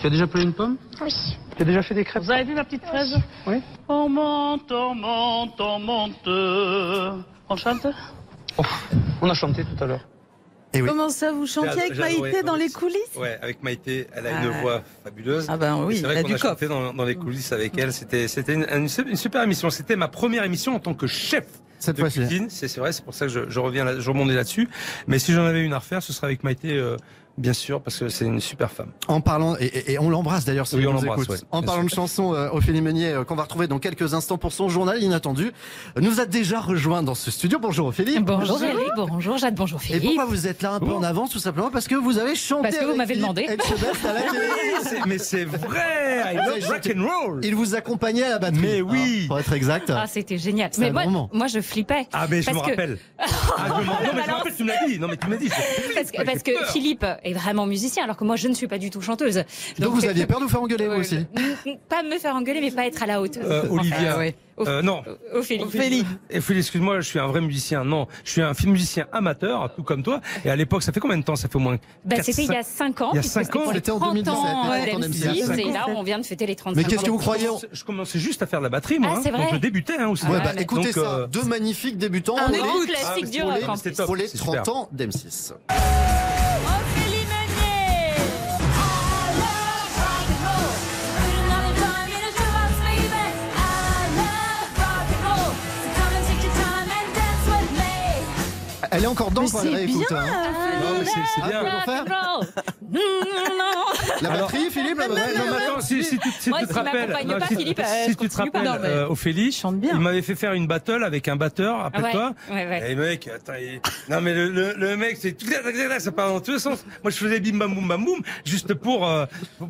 [SPEAKER 20] Tu as déjà pelé une pomme
[SPEAKER 21] Oui.
[SPEAKER 20] Tu as déjà fait des crêpes
[SPEAKER 21] Vous avez vu ma petite fraise Oui. On monte, on monte, on monte. On chante
[SPEAKER 20] On a chanté tout à l'heure.
[SPEAKER 3] Et
[SPEAKER 4] Comment ça, vous chantiez avec
[SPEAKER 5] J'ai adoré,
[SPEAKER 4] Maïté dans
[SPEAKER 5] non,
[SPEAKER 4] les
[SPEAKER 5] mais-
[SPEAKER 4] coulisses
[SPEAKER 5] Ouais, avec Maïté, elle a une
[SPEAKER 4] Ah.
[SPEAKER 5] voix fabuleuse.
[SPEAKER 4] Ah ben oui,
[SPEAKER 5] Et c'est
[SPEAKER 4] elle a
[SPEAKER 5] vrai qu'on
[SPEAKER 4] du
[SPEAKER 5] a chanté dans, dans les coulisses avec elle. C'était c'était une, une su- une super émission. C'était ma première émission en tant que chef.
[SPEAKER 3] Cette
[SPEAKER 5] de
[SPEAKER 3] fois-ci.
[SPEAKER 5] cuisine. C'est c'est vrai, c'est pour ça que je, je reviens, là, je rebondis là-dessus. Mais si j'en avais une à refaire, ce serait avec Maïté, euh, bien sûr, parce que c'est une super femme.
[SPEAKER 3] En parlant, et- et, et on l'embrasse d'ailleurs si
[SPEAKER 5] Oui,
[SPEAKER 3] on
[SPEAKER 5] on
[SPEAKER 3] nous
[SPEAKER 5] l'embrasse,
[SPEAKER 3] écoute.
[SPEAKER 5] ouais,
[SPEAKER 3] en
[SPEAKER 5] bien
[SPEAKER 3] parlant de chansons, euh, Ophélie Meunier, euh, qu'on va retrouver dans quelques instants pour son journal inattendu, euh, nous a déjà rejoint dans ce studio. Bonjour Ophélie.
[SPEAKER 15] Bonjour Eric, bonjour Jade, bonjour
[SPEAKER 3] Et
[SPEAKER 15] Philippe.
[SPEAKER 3] pourquoi vous êtes là un peu en avance tout simplement parce que vous avez chanté
[SPEAKER 15] Oh. Parce que vous
[SPEAKER 3] avec
[SPEAKER 15] m'avez
[SPEAKER 3] Philippe
[SPEAKER 15] demandé.
[SPEAKER 3] Etchebest à la télé.
[SPEAKER 15] <laughs>
[SPEAKER 5] C'est- Mais c'est vrai, I love rock and roll.
[SPEAKER 3] Il vous accompagnait à la batterie. Mais oui. pour être exact.
[SPEAKER 15] Ah, c'était génial.
[SPEAKER 3] C'est
[SPEAKER 15] Mais
[SPEAKER 3] un
[SPEAKER 15] moi,
[SPEAKER 3] bon moment.
[SPEAKER 15] moi, je flippais.
[SPEAKER 5] Ah mais je
[SPEAKER 15] Parce
[SPEAKER 5] me
[SPEAKER 15] que- <laughs>
[SPEAKER 5] rappelle. Ah, je me- Non mais je me rappelle, tu me l'as dit. Non mais tu m'as dit. je-
[SPEAKER 15] Parce que,
[SPEAKER 5] J'ai
[SPEAKER 15] parce que
[SPEAKER 5] peur.
[SPEAKER 15] Philippe est vraiment musicien, alors que moi, je ne suis pas du tout chanteuse. Donc,
[SPEAKER 3] Donc vous aviez peur de vous faire engueuler vous aussi.
[SPEAKER 15] euh, Pas me faire engueuler, mais pas être à la hauteur.
[SPEAKER 5] Euh, Olivia. Euh, non.
[SPEAKER 15] Ophélie.
[SPEAKER 5] Ophélie, excuse-moi, je suis un vrai musicien. Non, je suis un film musicien amateur, tout comme toi. Et à l'époque, ça fait combien de temps Ça fait au moins.
[SPEAKER 15] Bah,
[SPEAKER 5] quatre,
[SPEAKER 15] c'était il y a
[SPEAKER 5] cinq-
[SPEAKER 15] 5 ans.
[SPEAKER 5] Il y a
[SPEAKER 15] puisque
[SPEAKER 5] cinq ans,
[SPEAKER 15] pour les
[SPEAKER 5] c'était en
[SPEAKER 15] 30 ans,
[SPEAKER 5] 2017,
[SPEAKER 15] euh,
[SPEAKER 5] en
[SPEAKER 15] d'M6,
[SPEAKER 5] 2017.
[SPEAKER 15] Et là, on vient de fêter les 35 ans.
[SPEAKER 5] Je commençais- Je commençais juste à faire de la batterie, moi.
[SPEAKER 15] Ah,
[SPEAKER 5] hein.
[SPEAKER 15] c'est
[SPEAKER 5] Donc
[SPEAKER 15] vrai
[SPEAKER 5] je débutais hein, aussi.
[SPEAKER 15] Ouais, bah,
[SPEAKER 3] écoutez ça,
[SPEAKER 5] euh,
[SPEAKER 3] deux magnifiques débutants
[SPEAKER 15] Un
[SPEAKER 3] pour les,
[SPEAKER 15] grand
[SPEAKER 5] Ah,
[SPEAKER 15] classique du
[SPEAKER 3] pour
[SPEAKER 15] rock,
[SPEAKER 3] les-
[SPEAKER 15] en plus.
[SPEAKER 3] pour les
[SPEAKER 5] C'est
[SPEAKER 3] 30
[SPEAKER 5] super.
[SPEAKER 3] ans d'M6. Elle est encore dans quand elle réécoute. hein.
[SPEAKER 15] Ah,
[SPEAKER 5] c'est
[SPEAKER 3] Ah,
[SPEAKER 5] bien.
[SPEAKER 3] La batterie, Philippe, la
[SPEAKER 5] Non,
[SPEAKER 3] batterie.
[SPEAKER 5] non, Eh ben, mais attends, si, si tu, si
[SPEAKER 15] Moi,
[SPEAKER 5] tu te
[SPEAKER 15] s'il
[SPEAKER 5] rappelles,
[SPEAKER 15] m'accompagne
[SPEAKER 5] non,
[SPEAKER 15] pas,
[SPEAKER 5] si,
[SPEAKER 15] Philippe, euh,
[SPEAKER 5] si
[SPEAKER 15] je
[SPEAKER 5] tu te
[SPEAKER 15] continue pas.
[SPEAKER 5] rappelles,
[SPEAKER 15] Non, mais- Ah
[SPEAKER 5] euh, Ophélie, il m'avait fait faire une battle avec un batteur, rappelle-toi.
[SPEAKER 15] Ouais, ouais, ouais.
[SPEAKER 5] Et mec, attends, il- non mais le, le, le mec, c'est tout- ça part dans tous les sens. Moi, je faisais bim bam boum bam boum juste pour euh,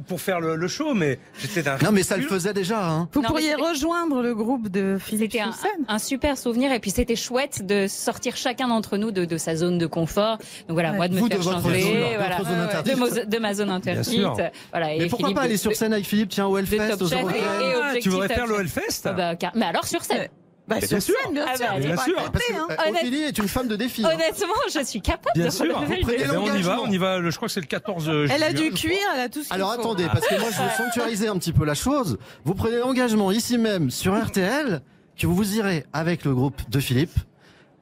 [SPEAKER 5] pour faire le, le show, mais j'étais d'un.
[SPEAKER 3] Non, mais ça le faisait déjà. Hein.
[SPEAKER 4] Vous
[SPEAKER 15] Non, mais
[SPEAKER 4] pourriez rejoindre le groupe de Philippe
[SPEAKER 15] C'était un,
[SPEAKER 4] Soussan.
[SPEAKER 15] un super souvenir et puis c'était chouette de sortir chacun d'entre nous de, de sa zone de confort. Donc voilà,
[SPEAKER 3] Ouais.
[SPEAKER 15] moi de me
[SPEAKER 3] Vous, de
[SPEAKER 15] faire
[SPEAKER 3] votre
[SPEAKER 15] changer,
[SPEAKER 3] zone, de
[SPEAKER 15] voilà,
[SPEAKER 3] votre zone
[SPEAKER 15] Ouais, ouais.
[SPEAKER 3] interdite.
[SPEAKER 15] de, mo- de ma zone interdite.
[SPEAKER 3] sûr.
[SPEAKER 15] Voilà,
[SPEAKER 3] Mais
[SPEAKER 15] et
[SPEAKER 3] pourquoi
[SPEAKER 15] Philippe
[SPEAKER 3] pas
[SPEAKER 15] de-
[SPEAKER 3] aller sur scène avec Philippe, tiens, au
[SPEAKER 15] de, de
[SPEAKER 3] Hellfest,
[SPEAKER 15] Top
[SPEAKER 3] aux
[SPEAKER 15] Chef et,
[SPEAKER 3] Européens
[SPEAKER 15] et
[SPEAKER 5] Ah,
[SPEAKER 15] Objectif
[SPEAKER 5] tu voudrais faire le
[SPEAKER 15] Top Chef.
[SPEAKER 5] Hellfest
[SPEAKER 15] Ah bah, car- Mais alors sur scène
[SPEAKER 5] Mais sur bien sûr. scène, bien
[SPEAKER 15] Ah
[SPEAKER 5] sûr.
[SPEAKER 15] bah,
[SPEAKER 5] Mais bien
[SPEAKER 15] pas
[SPEAKER 5] sûr.
[SPEAKER 15] tentée,
[SPEAKER 5] Parce
[SPEAKER 15] hein.
[SPEAKER 3] Euh, Ophélie est une femme de défi. hein.
[SPEAKER 15] Honnêtement, je suis capable
[SPEAKER 5] Bien
[SPEAKER 15] de
[SPEAKER 5] sûr.
[SPEAKER 15] relever le
[SPEAKER 5] Eh
[SPEAKER 15] défi.
[SPEAKER 5] ben, on y va,
[SPEAKER 3] l'engagement.
[SPEAKER 5] on y va. Le, je crois que c'est le 14 juillet.
[SPEAKER 4] Elle a
[SPEAKER 5] je
[SPEAKER 4] du
[SPEAKER 5] crois.
[SPEAKER 4] cuir, elle a tout ce qu'il
[SPEAKER 3] Alors
[SPEAKER 4] faut.
[SPEAKER 3] attendez, parce que moi je veux sanctuariser un petit peu la chose. Vous prenez l'engagement ici même sur RTL que vous vous irez avec le groupe de Philippe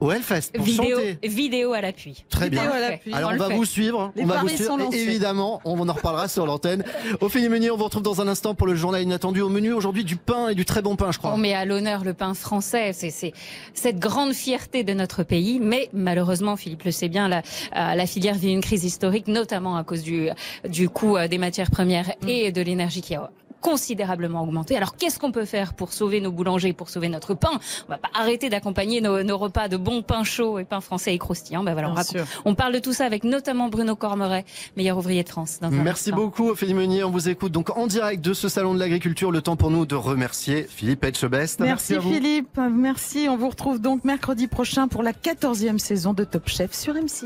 [SPEAKER 3] au Hellfest pour
[SPEAKER 15] Vidéo,
[SPEAKER 3] chanter.
[SPEAKER 15] vidéo à l'appui.
[SPEAKER 3] Très bien.
[SPEAKER 15] Vidéo à l'appui.
[SPEAKER 3] Alors
[SPEAKER 15] On
[SPEAKER 3] on
[SPEAKER 15] le
[SPEAKER 3] va
[SPEAKER 15] fait.
[SPEAKER 3] vous suivre,
[SPEAKER 15] Les
[SPEAKER 3] on va vous
[SPEAKER 15] paris sont
[SPEAKER 3] suivre. Et
[SPEAKER 15] lancés.
[SPEAKER 3] évidemment, on en reparlera sur l'antenne. Ophélie Meunier, on vous retrouve dans un instant pour le journal inattendu au menu aujourd'hui du pain et du très bon pain, je crois.
[SPEAKER 15] On met à l'honneur le pain français, c'est c'est cette grande fierté de notre pays. Mais malheureusement, Philippe le sait bien, la, euh, la filière vit une crise historique, notamment à cause du, du coût euh, des matières premières et de l'énergie qui a considérablement augmenté. Alors qu'est-ce qu'on peut faire pour sauver nos boulangers, pour sauver notre pain On va pas arrêter d'accompagner nos, nos repas de bons pains chauds et pains français et croustillants. Ben voilà, on,
[SPEAKER 4] Bien
[SPEAKER 15] raconte-
[SPEAKER 4] sûr.
[SPEAKER 15] on parle de tout ça avec notamment Bruno Cormeret, meilleur ouvrier de France. Dans un
[SPEAKER 3] Merci
[SPEAKER 15] instant.
[SPEAKER 3] beaucoup Ophélie Meunier, on vous écoute donc en direct de ce salon de l'agriculture. Le temps pour nous de remercier Philippe Etchebest.
[SPEAKER 4] Merci,
[SPEAKER 3] à vous.
[SPEAKER 4] Philippe, merci. On vous retrouve donc mercredi prochain pour la 14e saison de Top Chef sur M6.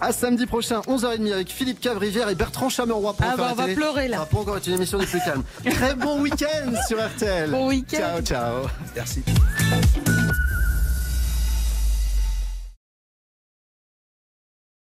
[SPEAKER 3] À samedi prochain, 11h30 avec Philippe Cavrivière et Bertrand Chameroy pour faire
[SPEAKER 4] Ah bah,
[SPEAKER 3] la
[SPEAKER 4] on va
[SPEAKER 3] télé.
[SPEAKER 4] pleurer, là.
[SPEAKER 3] Ça va pas encore être une émission des plus calmes.
[SPEAKER 4] <laughs>
[SPEAKER 3] Très bon week-end sur RTL.
[SPEAKER 4] Bon
[SPEAKER 3] Ciao,
[SPEAKER 4] week-end.
[SPEAKER 3] ciao.
[SPEAKER 5] Merci.